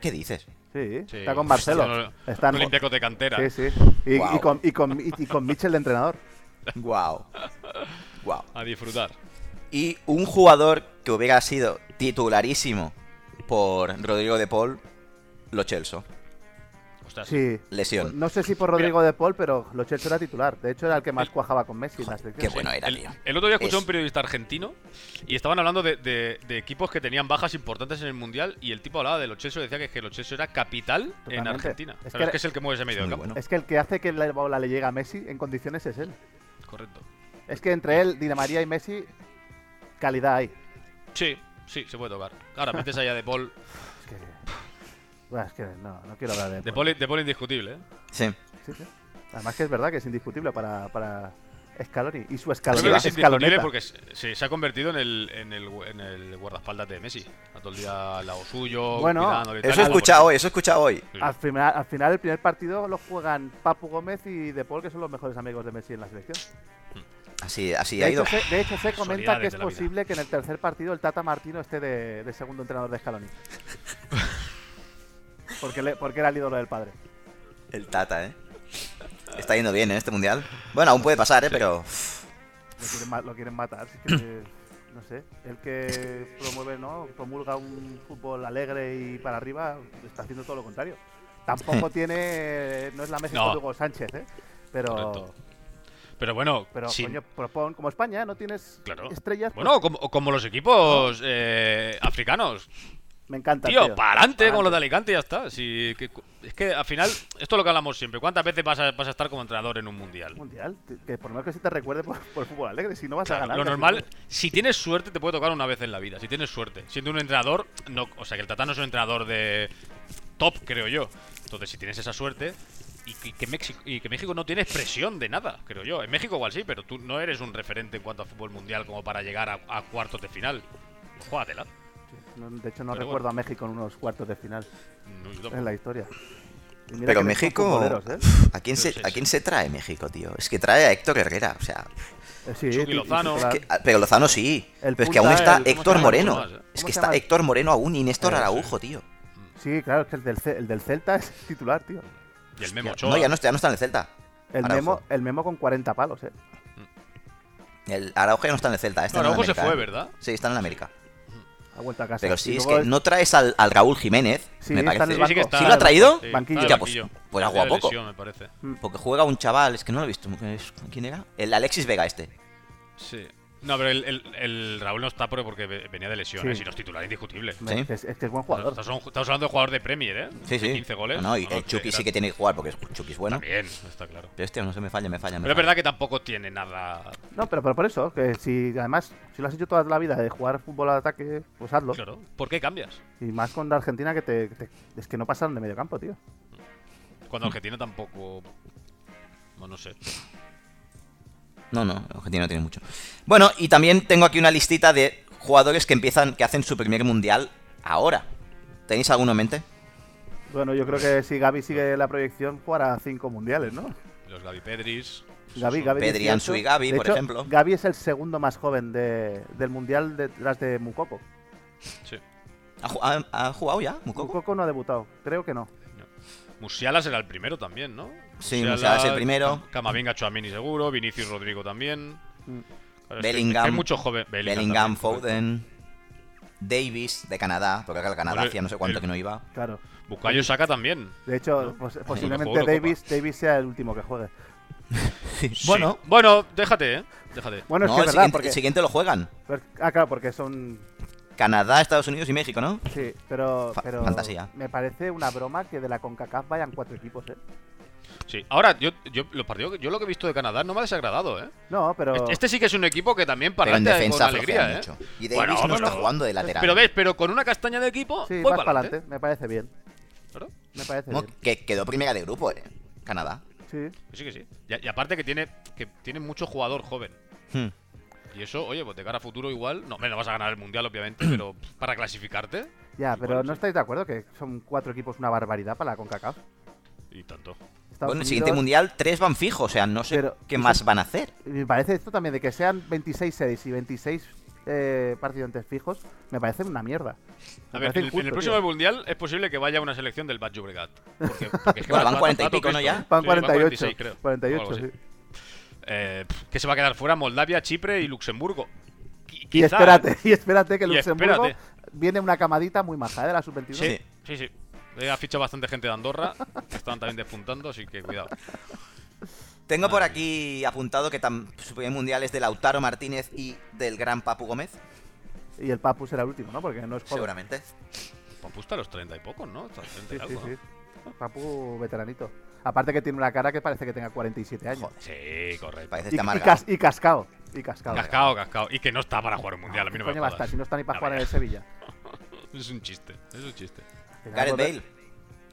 Speaker 1: ¿Qué dices?
Speaker 3: Sí,
Speaker 4: Sí.
Speaker 3: está con Marcelo.
Speaker 4: Hostia, no-
Speaker 3: está en-
Speaker 4: un Olympiacos de cantera.
Speaker 3: Sí, sí. Y,
Speaker 1: Guau.
Speaker 3: y con, y, con, y, y con Mitchell de entrenador.
Speaker 1: Wow. Wow.
Speaker 4: A disfrutar.
Speaker 1: Y un jugador que hubiera sido titularísimo por Rodrigo de Paul, Lo Celso.
Speaker 4: Ostras.
Speaker 3: Sí.
Speaker 1: Lesión.
Speaker 3: Pues No sé si por Rodrigo de Paul, pero Lo Celso era titular. De hecho, era el que más cuajaba con Messi en la
Speaker 1: Qué
Speaker 3: selección.
Speaker 1: bueno era,
Speaker 4: El,
Speaker 1: tío.
Speaker 4: el otro día escuché a
Speaker 1: Es-
Speaker 4: un periodista argentino y estaban hablando de, de- de equipos que tenían bajas importantes en el mundial y el tipo hablaba de Locheso y decía que, que Locheso era capital en
Speaker 3: Totalmente.
Speaker 4: Argentina.
Speaker 3: Es
Speaker 4: Es,
Speaker 3: que-
Speaker 4: que, es que es el que mueve ese medio
Speaker 1: Muy
Speaker 4: campo.
Speaker 1: bueno.
Speaker 3: Es que el que hace que la bola le llegue a Messi en condiciones es él.
Speaker 4: Correcto.
Speaker 3: Es que entre él, Dina María y Messi, calidad hay.
Speaker 4: Sí, sí, se puede tocar. Ahora metes allá de Paul.
Speaker 3: Es que, Buah, es que no, no quiero hablar de,
Speaker 4: De
Speaker 3: Paul.
Speaker 4: Paul, de Paul indiscutible, ¿eh?
Speaker 1: Sí.
Speaker 3: Sí, sí. Además que es verdad que es indiscutible para, para Scaloni y su
Speaker 4: Yo creo
Speaker 3: escaloneta.
Speaker 4: que es indiscutible
Speaker 3: escaloneta.
Speaker 4: porque se, se- se ha convertido en el, en, el, gu- en el guardaespaldas de Messi. A todo el día al lado suyo,
Speaker 3: Bueno,
Speaker 4: cuidándole y tal.
Speaker 1: Eso he escuchado hoy, eso he escuchado hoy.
Speaker 4: Sí.
Speaker 3: Al final, al final, el primer partido lo juegan Papu Gómez y De Paul, que son los mejores amigos de Messi en la selección.
Speaker 1: Así, así
Speaker 3: De
Speaker 1: ha
Speaker 3: hecho,
Speaker 1: ido.
Speaker 3: se, de hecho, se comenta
Speaker 4: Casualidades
Speaker 3: que es
Speaker 4: de la vida.
Speaker 3: posible que en el tercer partido el Tata Martino esté de, de segundo entrenador de Scaloni. porque, le- porque era el ídolo del padre.
Speaker 1: El Tata, ¿eh? Está yendo bien en este mundial. Bueno, aún puede pasar, ¿eh? Pero
Speaker 3: Lo quieren, ma- lo quieren matar. así que, no sé. El que promueve, ¿no? Promulga un fútbol alegre y para arriba está haciendo todo lo contrario. Tampoco tiene. No es la Messi
Speaker 4: No.
Speaker 3: con Hugo Sánchez, ¿eh? Pero.
Speaker 4: Correcto. Pero bueno,
Speaker 3: Pero,
Speaker 4: sin-
Speaker 3: coño, propon, como España, no tienes
Speaker 4: Claro.
Speaker 3: estrellas. pues,
Speaker 4: Bueno, como, como los equipos eh, africanos.
Speaker 3: me encanta.
Speaker 4: Tío, para adelante
Speaker 3: Pa'lante.
Speaker 4: con los de Alicante y ya está. Si, que- es que al final, esto es lo que hablamos siempre. ¿Cuántas veces vas a, vas a estar como entrenador en un mundial?
Speaker 3: Mundial, te- que por lo menos que se te recuerde por, por fútbol alegre, si no vas a
Speaker 4: Claro,
Speaker 3: ganar.
Speaker 4: lo
Speaker 3: casi
Speaker 4: normal,
Speaker 3: seguro.
Speaker 4: si tienes suerte, te puede tocar una vez en la vida. Si tienes suerte. Siendo un entrenador, no, o sea, que el Tata no es un entrenador de top, creo yo. Entonces, si tienes esa suerte. Y que, que México, y que México no tiene presión de nada, creo yo. En México igual sí, pero tú no eres un referente en cuanto a fútbol mundial como para llegar a, a cuartos de final. Pues juégatela.
Speaker 3: No, de hecho, no
Speaker 4: Pero
Speaker 3: recuerdo a México en unos cuartos de final
Speaker 4: No, yo tampoco.
Speaker 3: en la historia. Y
Speaker 1: Pero
Speaker 3: mira que no son
Speaker 1: México.
Speaker 3: futboleros, ¿eh?
Speaker 1: ¿A quién,
Speaker 4: Sí,
Speaker 1: se,
Speaker 4: sí,
Speaker 1: ¿A
Speaker 4: sí.
Speaker 1: quién se trae México, tío? Es que trae a Héctor Herrera, o sea.
Speaker 3: Eh, Sí,
Speaker 4: Chucky
Speaker 3: y- y
Speaker 4: Lozano.
Speaker 3: titular.
Speaker 1: que- ah, pero Lozano sí.
Speaker 3: El
Speaker 1: pero es que
Speaker 3: punta,
Speaker 1: aún está
Speaker 4: el- ¿cómo
Speaker 1: Héctor
Speaker 4: se llama?
Speaker 1: Moreno.
Speaker 4: ¿Cómo se
Speaker 1: Es
Speaker 4: llama?
Speaker 3: ¿Cómo
Speaker 1: que
Speaker 3: se
Speaker 1: está
Speaker 3: llama?
Speaker 1: Héctor Moreno aún y Néstor
Speaker 3: Eh, sí.
Speaker 1: Araujo, tío.
Speaker 3: Sí, claro, es que el del, Ce- el del Celta es titular, tío.
Speaker 4: Y el Memo
Speaker 1: Ya-
Speaker 4: Ochoa.
Speaker 1: no, ya no, está- ya no está en el Celta.
Speaker 3: El
Speaker 1: Araujo.
Speaker 3: memo, el memo con 40 palos, ¿eh?
Speaker 1: El Araujo ya no está en el Celta. Está
Speaker 4: No,
Speaker 1: en el
Speaker 4: Araujo se
Speaker 1: América,
Speaker 4: fue,
Speaker 1: ¿eh?
Speaker 4: ¿verdad?
Speaker 1: Sí, está en el América.
Speaker 3: Ha vuelto a casa.
Speaker 1: Pero
Speaker 3: Y
Speaker 1: sí, es
Speaker 3: luego
Speaker 1: que no traes al, al Raúl Jiménez,
Speaker 3: Sí,
Speaker 1: me
Speaker 3: está en
Speaker 1: parece.
Speaker 3: el
Speaker 4: Sí, sí que
Speaker 3: banco.
Speaker 4: está.
Speaker 1: ¿Sí lo ha traído?
Speaker 4: Sí,
Speaker 3: Banquillo.
Speaker 4: está de
Speaker 1: Ya, pues-
Speaker 4: banquillo.
Speaker 1: pues
Speaker 4: Está
Speaker 1: hago a
Speaker 4: de
Speaker 1: poco. Mm.
Speaker 4: lesión, me parece.
Speaker 1: Porque juega un chaval, es que no lo he visto. es- ¿Quién era? El Alexis Vega este.
Speaker 4: Sí. No, pero el, el- el Raúl no está porque- porque ve- venía de lesiones
Speaker 3: Sí.
Speaker 4: y los titulares indiscutibles.
Speaker 1: Sí.
Speaker 3: Es, es que es buen jugador.
Speaker 4: Estamos estamos hablando de jugador de Premier, ¿eh?
Speaker 1: Sí,
Speaker 4: De
Speaker 1: sí.
Speaker 4: 15 goles.
Speaker 1: No, no, y
Speaker 4: No,
Speaker 1: el Chucky
Speaker 4: era-
Speaker 1: sí que tiene que jugar porque Chucky es bueno.
Speaker 4: También, está claro.
Speaker 1: Pero este no se me falla, me falla. me
Speaker 4: Pero es
Speaker 1: falla.
Speaker 4: verdad que tampoco tiene nada.
Speaker 3: No, pero, pero por eso, que si además, si lo has hecho toda la vida de jugar fútbol al ataque, pues hazlo.
Speaker 4: Claro. ¿Por qué cambias?
Speaker 3: Y más con la Argentina que te, que te- es que no pasaron de medio campo, tío.
Speaker 4: Cuando Argentina tampoco. Bueno, no sé.
Speaker 1: No, no, Argentina no tiene mucho. Bueno, y también tengo aquí una listita de jugadores que empiezan, que hacen su primer mundial ahora. ¿Tenéis alguno en mente?
Speaker 3: Bueno, yo creo que si Gaby sigue la proyección, jugará cinco mundiales, ¿no?
Speaker 4: Los Gaby Pedris.
Speaker 3: Gaby,
Speaker 4: Suso.
Speaker 3: Gaby.
Speaker 1: Pedri,
Speaker 3: 18.
Speaker 1: Ansu y Gavi,
Speaker 3: De
Speaker 1: por
Speaker 3: hecho,
Speaker 1: ejemplo.
Speaker 3: Gaby es el segundo más joven de- del mundial detrás de Mukoko.
Speaker 4: Sí.
Speaker 1: ¿Ha, ju- ha- ha jugado ya? ¿Mukoko?
Speaker 3: Mukoko no ha debutado, creo que no.
Speaker 4: Musiala será el primero también, ¿no?
Speaker 1: Sí, Musiala es el primero.
Speaker 4: Cam- Camavinga, Chuamini seguro. Vinicius Rodrigo también.
Speaker 3: Mm.
Speaker 4: Claro, es que-
Speaker 1: Bellingham.
Speaker 4: es que Hay muchos jóvenes.
Speaker 1: Bellingham,
Speaker 4: también.
Speaker 1: Foden, Davis de Canadá, porque acá el Canadá
Speaker 4: Bueno,
Speaker 1: hacía no sé cuánto
Speaker 4: el-
Speaker 1: que no iba.
Speaker 3: Claro.
Speaker 4: Bukayo Saka también.
Speaker 3: De hecho,
Speaker 4: ¿No?
Speaker 3: pos-
Speaker 4: Sí,
Speaker 3: posiblemente
Speaker 4: Eurocopa.
Speaker 3: Davis, Davis sea el último que juegue.
Speaker 4: Sí.
Speaker 1: Bueno,
Speaker 4: Bueno, déjate, ¿eh? Déjate.
Speaker 3: Bueno,
Speaker 1: no,
Speaker 3: es que
Speaker 1: el,
Speaker 3: es verdad,
Speaker 1: siguiente,
Speaker 3: porque.
Speaker 1: el siguiente lo juegan.
Speaker 3: Ah, claro, porque son.
Speaker 1: Canadá, Estados Unidos y México, ¿no?
Speaker 3: Sí, pero.
Speaker 1: Fa-
Speaker 3: pero
Speaker 1: fantasía.
Speaker 3: Me parece una broma que de la CONCACAF vayan cuatro equipos, ¿eh?
Speaker 4: Sí. Ahora, yo, yo, los partidos, que- yo lo que he visto de Canadá no me ha desagradado, ¿eh.
Speaker 3: No, pero.
Speaker 4: Este, este sí que es un equipo que también para
Speaker 1: Pero en
Speaker 4: adelante
Speaker 1: defensa
Speaker 4: con
Speaker 1: flojean
Speaker 4: alegría, ¿eh?
Speaker 1: mucho. Y Davis
Speaker 4: Bueno,
Speaker 1: no está
Speaker 4: pero-
Speaker 1: jugando de lateral.
Speaker 4: Pero ves, pero con una castaña de equipo,
Speaker 3: Sí,
Speaker 4: voy
Speaker 3: vas
Speaker 4: para
Speaker 3: para
Speaker 4: adelante.
Speaker 3: adelante. Me parece bien.
Speaker 4: Claro.
Speaker 3: Me parece
Speaker 1: No,
Speaker 3: bien.
Speaker 1: que quedó primera de grupo, eh, Canadá.
Speaker 3: Sí.
Speaker 4: Que Sí, que sí. Y, y aparte que tiene, que tiene mucho jugador joven.
Speaker 1: Hmm.
Speaker 4: Y eso, oye, pues de cara a futuro igual. No, hombre, no vas a ganar el mundial, obviamente, pero pff, para clasificarte.
Speaker 3: Ya,
Speaker 4: Igual,
Speaker 3: pero
Speaker 1: pues
Speaker 3: ¿no
Speaker 4: sí.
Speaker 3: estáis de acuerdo que son cuatro equipos una barbaridad para la CONCACAF?
Speaker 4: Y tanto.
Speaker 3: Estados
Speaker 1: Bueno, el siguiente
Speaker 3: Unidos-
Speaker 1: mundial, tres van fijos, o sea, no sé
Speaker 3: Pero-
Speaker 1: qué
Speaker 3: eso-
Speaker 1: más van a hacer.
Speaker 3: Me parece esto también de que sean 26 series y 26 eh, partidentes fijos, me parece una mierda. Me
Speaker 4: A ver,
Speaker 3: parece
Speaker 4: en, en
Speaker 3: injusto,
Speaker 4: el
Speaker 3: tío.
Speaker 4: próximo mundial es posible que vaya una selección del Bad Llobregat. Porque, porque es que
Speaker 1: Bueno,
Speaker 4: va-
Speaker 1: van
Speaker 4: va-
Speaker 1: 40 y
Speaker 4: va a tope
Speaker 1: pico, ¿no,
Speaker 4: esto,
Speaker 1: ya?
Speaker 4: ¿eh?
Speaker 3: Van
Speaker 4: Sí,
Speaker 3: 48.
Speaker 4: 46, creo. O
Speaker 3: 48,
Speaker 4: algo así.
Speaker 3: sí.
Speaker 4: Eh, pff, que se va a quedar fuera Moldavia, Chipre y Luxemburgo. Qui-
Speaker 3: Y
Speaker 4: quizá-
Speaker 3: espérate, y espérate que
Speaker 4: Y
Speaker 3: Luxemburgo
Speaker 4: espérate.
Speaker 3: viene una camadita muy maja, ¿eh? De la sub-21.
Speaker 4: Sí, sí, sí. Eh, Ha fichado bastante gente de Andorra, que están también despuntando, así que cuidado.
Speaker 1: Tengo por aquí apuntado que tam- su primer mundial es de Lautaro Martínez y del gran Papu Gómez,
Speaker 3: Y el Papu será el último, ¿no? Porque no es joven.
Speaker 1: seguramente.
Speaker 4: Papusta a los 30 y pocos, ¿no? Está 30 y
Speaker 3: Sí, sí,
Speaker 4: algo, ¿no?
Speaker 3: sí. Papu veteranito. Aparte que tiene una cara que parece que tenga 47 años.
Speaker 1: Joder,
Speaker 4: Sí, correcto.
Speaker 1: parece
Speaker 3: y, y,
Speaker 1: este amargado.
Speaker 3: cas- y cascao. Y cascao.
Speaker 4: Cascao, cascao. Y que no está para jugar un mundial, a mí no me
Speaker 3: Coño, va a
Speaker 4: jodas.
Speaker 3: estar, si no está ni para
Speaker 4: A
Speaker 3: jugar en
Speaker 4: ver.
Speaker 3: el Sevilla.
Speaker 4: Es un chiste, es un chiste.
Speaker 1: Gareth Bale,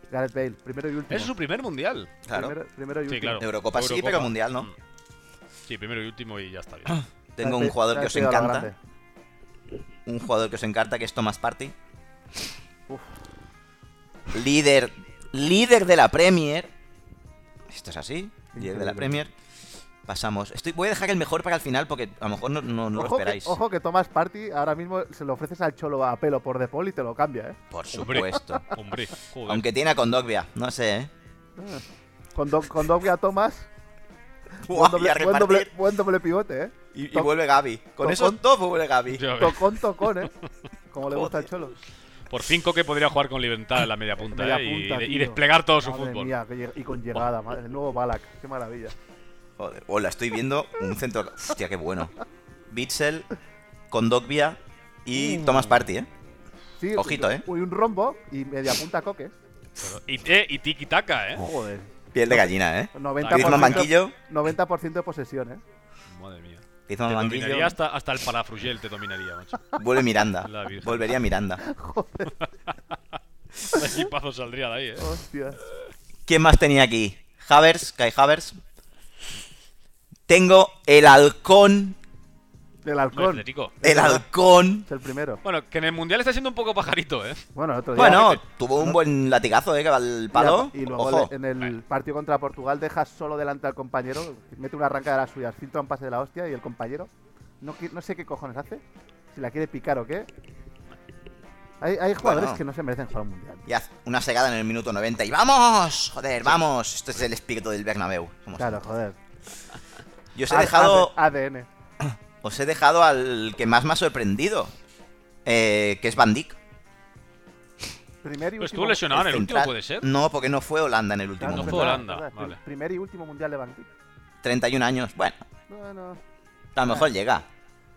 Speaker 3: Gareth Bale, primero y último.
Speaker 4: Es su primer mundial.
Speaker 1: claro.
Speaker 3: Primero, primero y
Speaker 4: Sí,
Speaker 3: último.
Speaker 4: claro.
Speaker 1: Eurocopa sí, pero mundial no.
Speaker 4: Mm. Sí, primero y último y ya está bien.
Speaker 1: Tengo
Speaker 3: Gareth
Speaker 1: un
Speaker 3: Bale-
Speaker 1: jugador que
Speaker 3: Gareth
Speaker 1: os
Speaker 3: Bale a lo
Speaker 1: encanta,
Speaker 3: grande.
Speaker 1: un jugador que os encanta que es Thomas Party.
Speaker 3: Uf.
Speaker 1: Líder, líder de la Premier. Esto es así, líder de la
Speaker 3: Increíble.
Speaker 1: Premier. Pasamos. Estoy, voy a dejar el mejor para el final porque a lo mejor no, no- no lo
Speaker 3: ojo, que,
Speaker 1: esperáis.
Speaker 3: ojo que Thomas Party ahora mismo se lo ofreces al Cholo a pelo por De Paul y te lo cambia, ¿eh?
Speaker 1: Por
Speaker 4: Hombre.
Speaker 1: supuesto.
Speaker 4: Hombre, joder.
Speaker 1: Aunque tiene a Condogbia, no sé, ¿eh?
Speaker 3: Con, do, con doble a Thomas.
Speaker 1: Buah,
Speaker 3: buen,
Speaker 1: y
Speaker 3: doble,
Speaker 1: a
Speaker 3: buen doble-
Speaker 1: repartir.
Speaker 3: buen doble pivote, ¿eh?
Speaker 1: Y, y
Speaker 3: Toc-
Speaker 1: vuelve Gaby. Con
Speaker 3: tocón.
Speaker 1: esos dos vuelve Gaby.
Speaker 4: Ya ves.
Speaker 3: Tocón, tocón, ¿eh? Como le gusta al Cholo.
Speaker 4: Por cinco que podría jugar con libertad en la media punta,
Speaker 3: Media
Speaker 4: ¿eh? Y-
Speaker 3: punta,
Speaker 4: y,
Speaker 3: tío.
Speaker 4: desplegar todo su
Speaker 3: Madre
Speaker 4: fútbol.
Speaker 3: mía, que llega- y con llegada, madre, el nuevo Balak. Qué maravilla.
Speaker 1: Joder, hola, estoy viendo un centro. Hostia, qué bueno. Bitzel, Condogbia
Speaker 3: Mm.
Speaker 1: y Thomas Party, ¿eh?
Speaker 3: Sí,
Speaker 1: Ojito,
Speaker 3: un-
Speaker 1: ¿eh?
Speaker 3: un- un rombo y media punta coque.
Speaker 4: Pero- Y, eh, y tiki taka, ¿eh?
Speaker 3: Joder.
Speaker 1: Piel de gallina, ¿eh?
Speaker 3: 90%,
Speaker 1: Griezmann Banquillo.
Speaker 3: 90% de posesión, ¿eh?
Speaker 4: Madre mía. Te
Speaker 1: Griezmann Banquillo.
Speaker 4: dominaría hasta, hasta el parafrugel, te dominaría, macho.
Speaker 1: Vuelve Miranda.
Speaker 4: La Virgen.
Speaker 1: Volvería Miranda.
Speaker 4: Un equipazo saldría de ahí, ¿eh?
Speaker 3: Hostia.
Speaker 1: ¿Quién más tenía aquí? Havers, Kai Havers. Tengo el halcón.
Speaker 3: Del
Speaker 4: No,
Speaker 3: halcón.
Speaker 4: Atlético.
Speaker 1: El halcón.
Speaker 3: Es el primero.
Speaker 4: Bueno, que en el mundial está siendo un poco pajarito, ¿eh?
Speaker 3: Bueno, el otro día.
Speaker 1: Bueno, tuvo un buen latigazo, ¿eh? Que va al palo.
Speaker 3: Y luego
Speaker 1: Ojo.
Speaker 3: le- en el partido contra Portugal dejas solo delante al compañero, mete una arranca de las suyas, filtra un pase de la hostia y el compañero, no, qui- no sé qué cojones hace, si la quiere picar o qué. Hay, hay jugadores
Speaker 1: Bueno.
Speaker 3: que no se merecen jugar un mundial.
Speaker 1: Y haz una segada en el minuto 90 y ¡vamos! Joder, vamos. Este es el espíritu del Bernabéu. Como
Speaker 3: Claro, Ah,
Speaker 1: siempre.
Speaker 3: joder.
Speaker 1: Yo os he
Speaker 3: A-
Speaker 1: dejado,
Speaker 3: A- ADN.
Speaker 1: os he dejado al que más me ha sorprendido, eh, que es Van Dijk.
Speaker 3: Primer y
Speaker 4: Pues
Speaker 3: último.
Speaker 4: estuvo lesionado en el último,
Speaker 1: Central.
Speaker 4: puede ser.
Speaker 1: No, porque no fue Holanda en el último.
Speaker 3: Claro,
Speaker 4: no
Speaker 3: es
Speaker 1: mundial.
Speaker 4: fue
Speaker 3: verdad,
Speaker 4: Holanda,
Speaker 3: es verdad.
Speaker 4: vale.
Speaker 3: Prim- Primer y último mundial de Banquillo.
Speaker 1: 31 años. Bueno,
Speaker 3: Bueno,
Speaker 1: a lo mejor llega.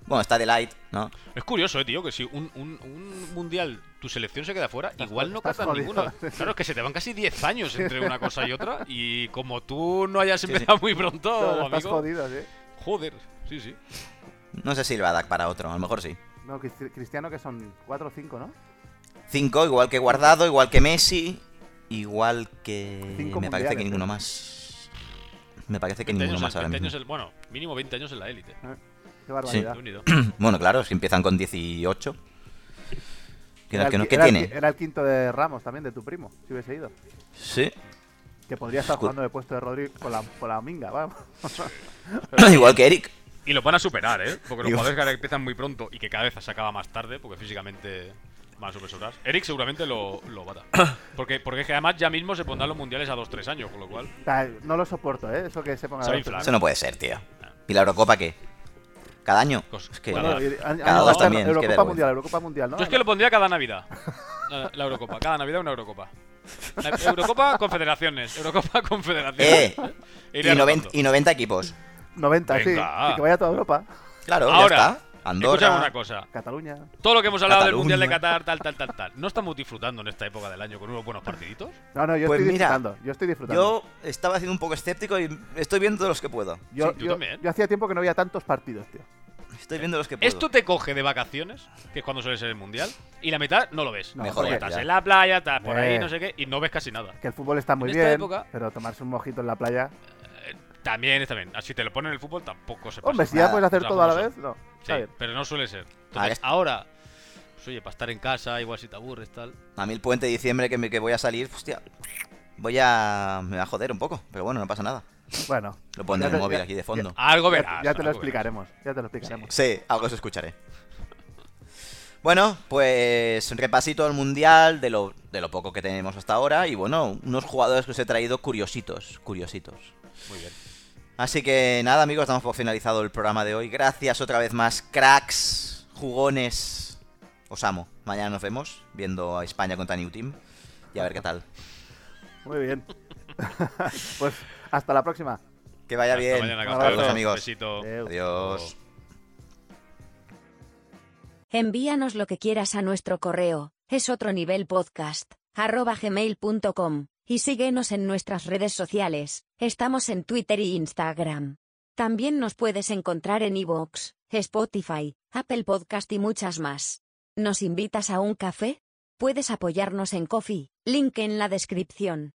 Speaker 1: Bueno, está de light, ¿no?
Speaker 4: Es curioso, eh, tío, que si un, un- un mundial tu selección se queda fuera, igual no
Speaker 3: estás
Speaker 4: catan
Speaker 3: jodido.
Speaker 4: ninguno. Claro, es que se te van casi 10 años entre una cosa y otra. Y como tú no hayas empezado muy pronto,
Speaker 3: No, no, estás
Speaker 4: Oh, amigo.
Speaker 3: jodido, ¿eh? sí.
Speaker 4: Joder, sí, sí.
Speaker 1: No sé si le va a dar para otro, a lo mejor sí.
Speaker 3: No, Cristi- Cristiano que son 4 o 5, ¿no?
Speaker 1: 5, igual que Guardado, igual que Messi, igual que...
Speaker 3: Cinco
Speaker 1: me parece que
Speaker 3: mundiales, ¿eh?
Speaker 1: ninguno más. Me parece que
Speaker 4: 20
Speaker 1: ninguno
Speaker 4: años,
Speaker 1: más
Speaker 4: en-
Speaker 1: ahora
Speaker 4: 20 años
Speaker 1: mismo.
Speaker 4: en- bueno, mínimo 20 años en la élite.
Speaker 3: Qué barbaridad.
Speaker 4: Reino Unido.
Speaker 1: Bueno, claro, si empiezan con 18. Que no-
Speaker 3: el
Speaker 1: que no-
Speaker 3: qui-
Speaker 1: ¿Qué
Speaker 3: era el
Speaker 1: tiene?
Speaker 3: qui- era el quinto de Ramos también, de tu primo, si hubiese ido.
Speaker 1: Sí.
Speaker 3: Que podría estar
Speaker 1: Escu-
Speaker 3: jugando en el puesto de Rodrigo con la, con la minga, vamos.
Speaker 1: igual que Eric.
Speaker 4: Y lo van a superar, ¿eh? Porque los
Speaker 1: Digo-
Speaker 4: jugadores que ahora empiezan muy pronto y que cada vez se acaba más tarde, porque físicamente van a superar. Eric seguramente lo, lo bata. Porque, porque es que además ya mismo se pondrán los mundiales a 2-3 años, con lo cual.
Speaker 3: O sea, No lo soporto, ¿eh? Eso que se ponga...
Speaker 4: Se va a
Speaker 3: la-
Speaker 4: inflar.
Speaker 1: Eso no puede ser, tío. ¿Y la Eurocopa qué? ¿Cada año?
Speaker 4: Cos-
Speaker 1: Es que...
Speaker 4: Bueno,
Speaker 3: Bueno, y-
Speaker 1: Cada
Speaker 3: ah, no,
Speaker 1: dos
Speaker 3: ahora
Speaker 1: también, qué
Speaker 3: Eurocopa
Speaker 1: vergüenza.
Speaker 3: Mundial, Eurocopa Mundial, ¿no?
Speaker 4: Yo es que lo pondría cada Navidad. La, la Eurocopa, cada Navidad una Eurocopa. La Eurocopa Confederaciones, Eurocopa Confederaciones.
Speaker 1: Eh,
Speaker 4: Iría
Speaker 1: y, noven-
Speaker 4: rotando.
Speaker 1: y 90 equipos.
Speaker 3: 90, sí.
Speaker 4: Venga.
Speaker 3: Y que vaya a toda Europa.
Speaker 1: Claro, ya
Speaker 4: Ahora,
Speaker 1: está.
Speaker 4: escuchamos
Speaker 1: Andorra.
Speaker 4: una cosa.
Speaker 3: Cataluña.
Speaker 4: Todo lo que hemos hablado del
Speaker 1: Cataluña.
Speaker 4: Mundial de Qatar, tal, tal, tal, tal. ¿No estamos disfrutando en esta época del año con unos buenos partiditos?
Speaker 3: No, no, yo
Speaker 1: Pues
Speaker 3: estoy
Speaker 1: mira,
Speaker 3: disfrutando. Yo estoy disfrutando.
Speaker 1: Yo estaba siendo un poco escéptico y estoy viendo los que puedo.
Speaker 3: Yo,
Speaker 4: Sí, yo
Speaker 3: yo-
Speaker 4: también.
Speaker 3: yo hacía tiempo que no veía tantos partidos, tío.
Speaker 1: Estoy viendo los que puedo.
Speaker 4: Esto te coge de vacaciones, que es cuando suele ser el Mundial, y la mitad no lo ves.
Speaker 3: No,
Speaker 1: Mejor
Speaker 4: Porque
Speaker 1: ya,
Speaker 4: estás
Speaker 1: ya.
Speaker 4: en la playa, estás por ahí,
Speaker 3: Eh.
Speaker 4: no sé qué, y no ves casi nada.
Speaker 3: Que el fútbol está muy
Speaker 4: En esta
Speaker 3: bien,
Speaker 4: época-
Speaker 3: pero tomarse un mojito en la playa.
Speaker 4: También, está bien. Así te lo ponen en el fútbol, tampoco se pasa.
Speaker 3: Hombre, si
Speaker 1: nada.
Speaker 3: ya puedes hacer
Speaker 4: O sea,
Speaker 3: todo a la
Speaker 4: vamos a-
Speaker 3: vez, no.
Speaker 4: Sí,
Speaker 3: Está bien.
Speaker 4: pero no suele ser.
Speaker 1: Ah,
Speaker 4: Entonces,
Speaker 1: es-
Speaker 4: ahora, pues, oye, para estar en casa, igual si te aburres, tal.
Speaker 1: A mí el puente de diciembre que, me, que voy a salir, hostia, voy a... me va a joder un poco, pero bueno, no pasa nada.
Speaker 3: Bueno.
Speaker 1: Lo pondré
Speaker 3: Ya
Speaker 1: en el
Speaker 3: te-
Speaker 1: móvil
Speaker 3: ya-
Speaker 1: aquí de fondo.
Speaker 4: Algo
Speaker 3: Ya, ya
Speaker 4: verás.
Speaker 3: te lo
Speaker 4: algo verás.
Speaker 3: explicaremos. Ya te lo explicaremos.
Speaker 1: Sí, algo os escucharé. Bueno, pues un repasito al mundial de lo, de lo poco que tenemos hasta ahora y bueno, unos jugadores que os he traído curiositos, curiositos.
Speaker 4: Muy bien.
Speaker 1: Así que nada, amigos, damos por finalizado el programa de hoy. Gracias otra vez más, cracks, jugones. Os amo. Mañana nos vemos viendo a España contra New Team y a ver qué tal.
Speaker 3: Muy bien. pues hasta la próxima.
Speaker 1: Que vaya
Speaker 4: Hasta
Speaker 1: bien.
Speaker 4: mañana,
Speaker 3: Un
Speaker 4: campeón.
Speaker 3: abrazo.
Speaker 1: amigos.
Speaker 4: Besito.
Speaker 3: Adeu.
Speaker 1: Adiós.
Speaker 2: Envíanos lo que quieras a nuestro correo, es otro nivel podcast, arroba gmail.com, y síguenos en nuestras redes sociales, estamos en Twitter y Instagram. También nos puedes encontrar en iVoox, Spotify, Apple Podcast y muchas más. ¿Nos invitas a un café? Puedes apoyarnos en Coffee, link en la descripción.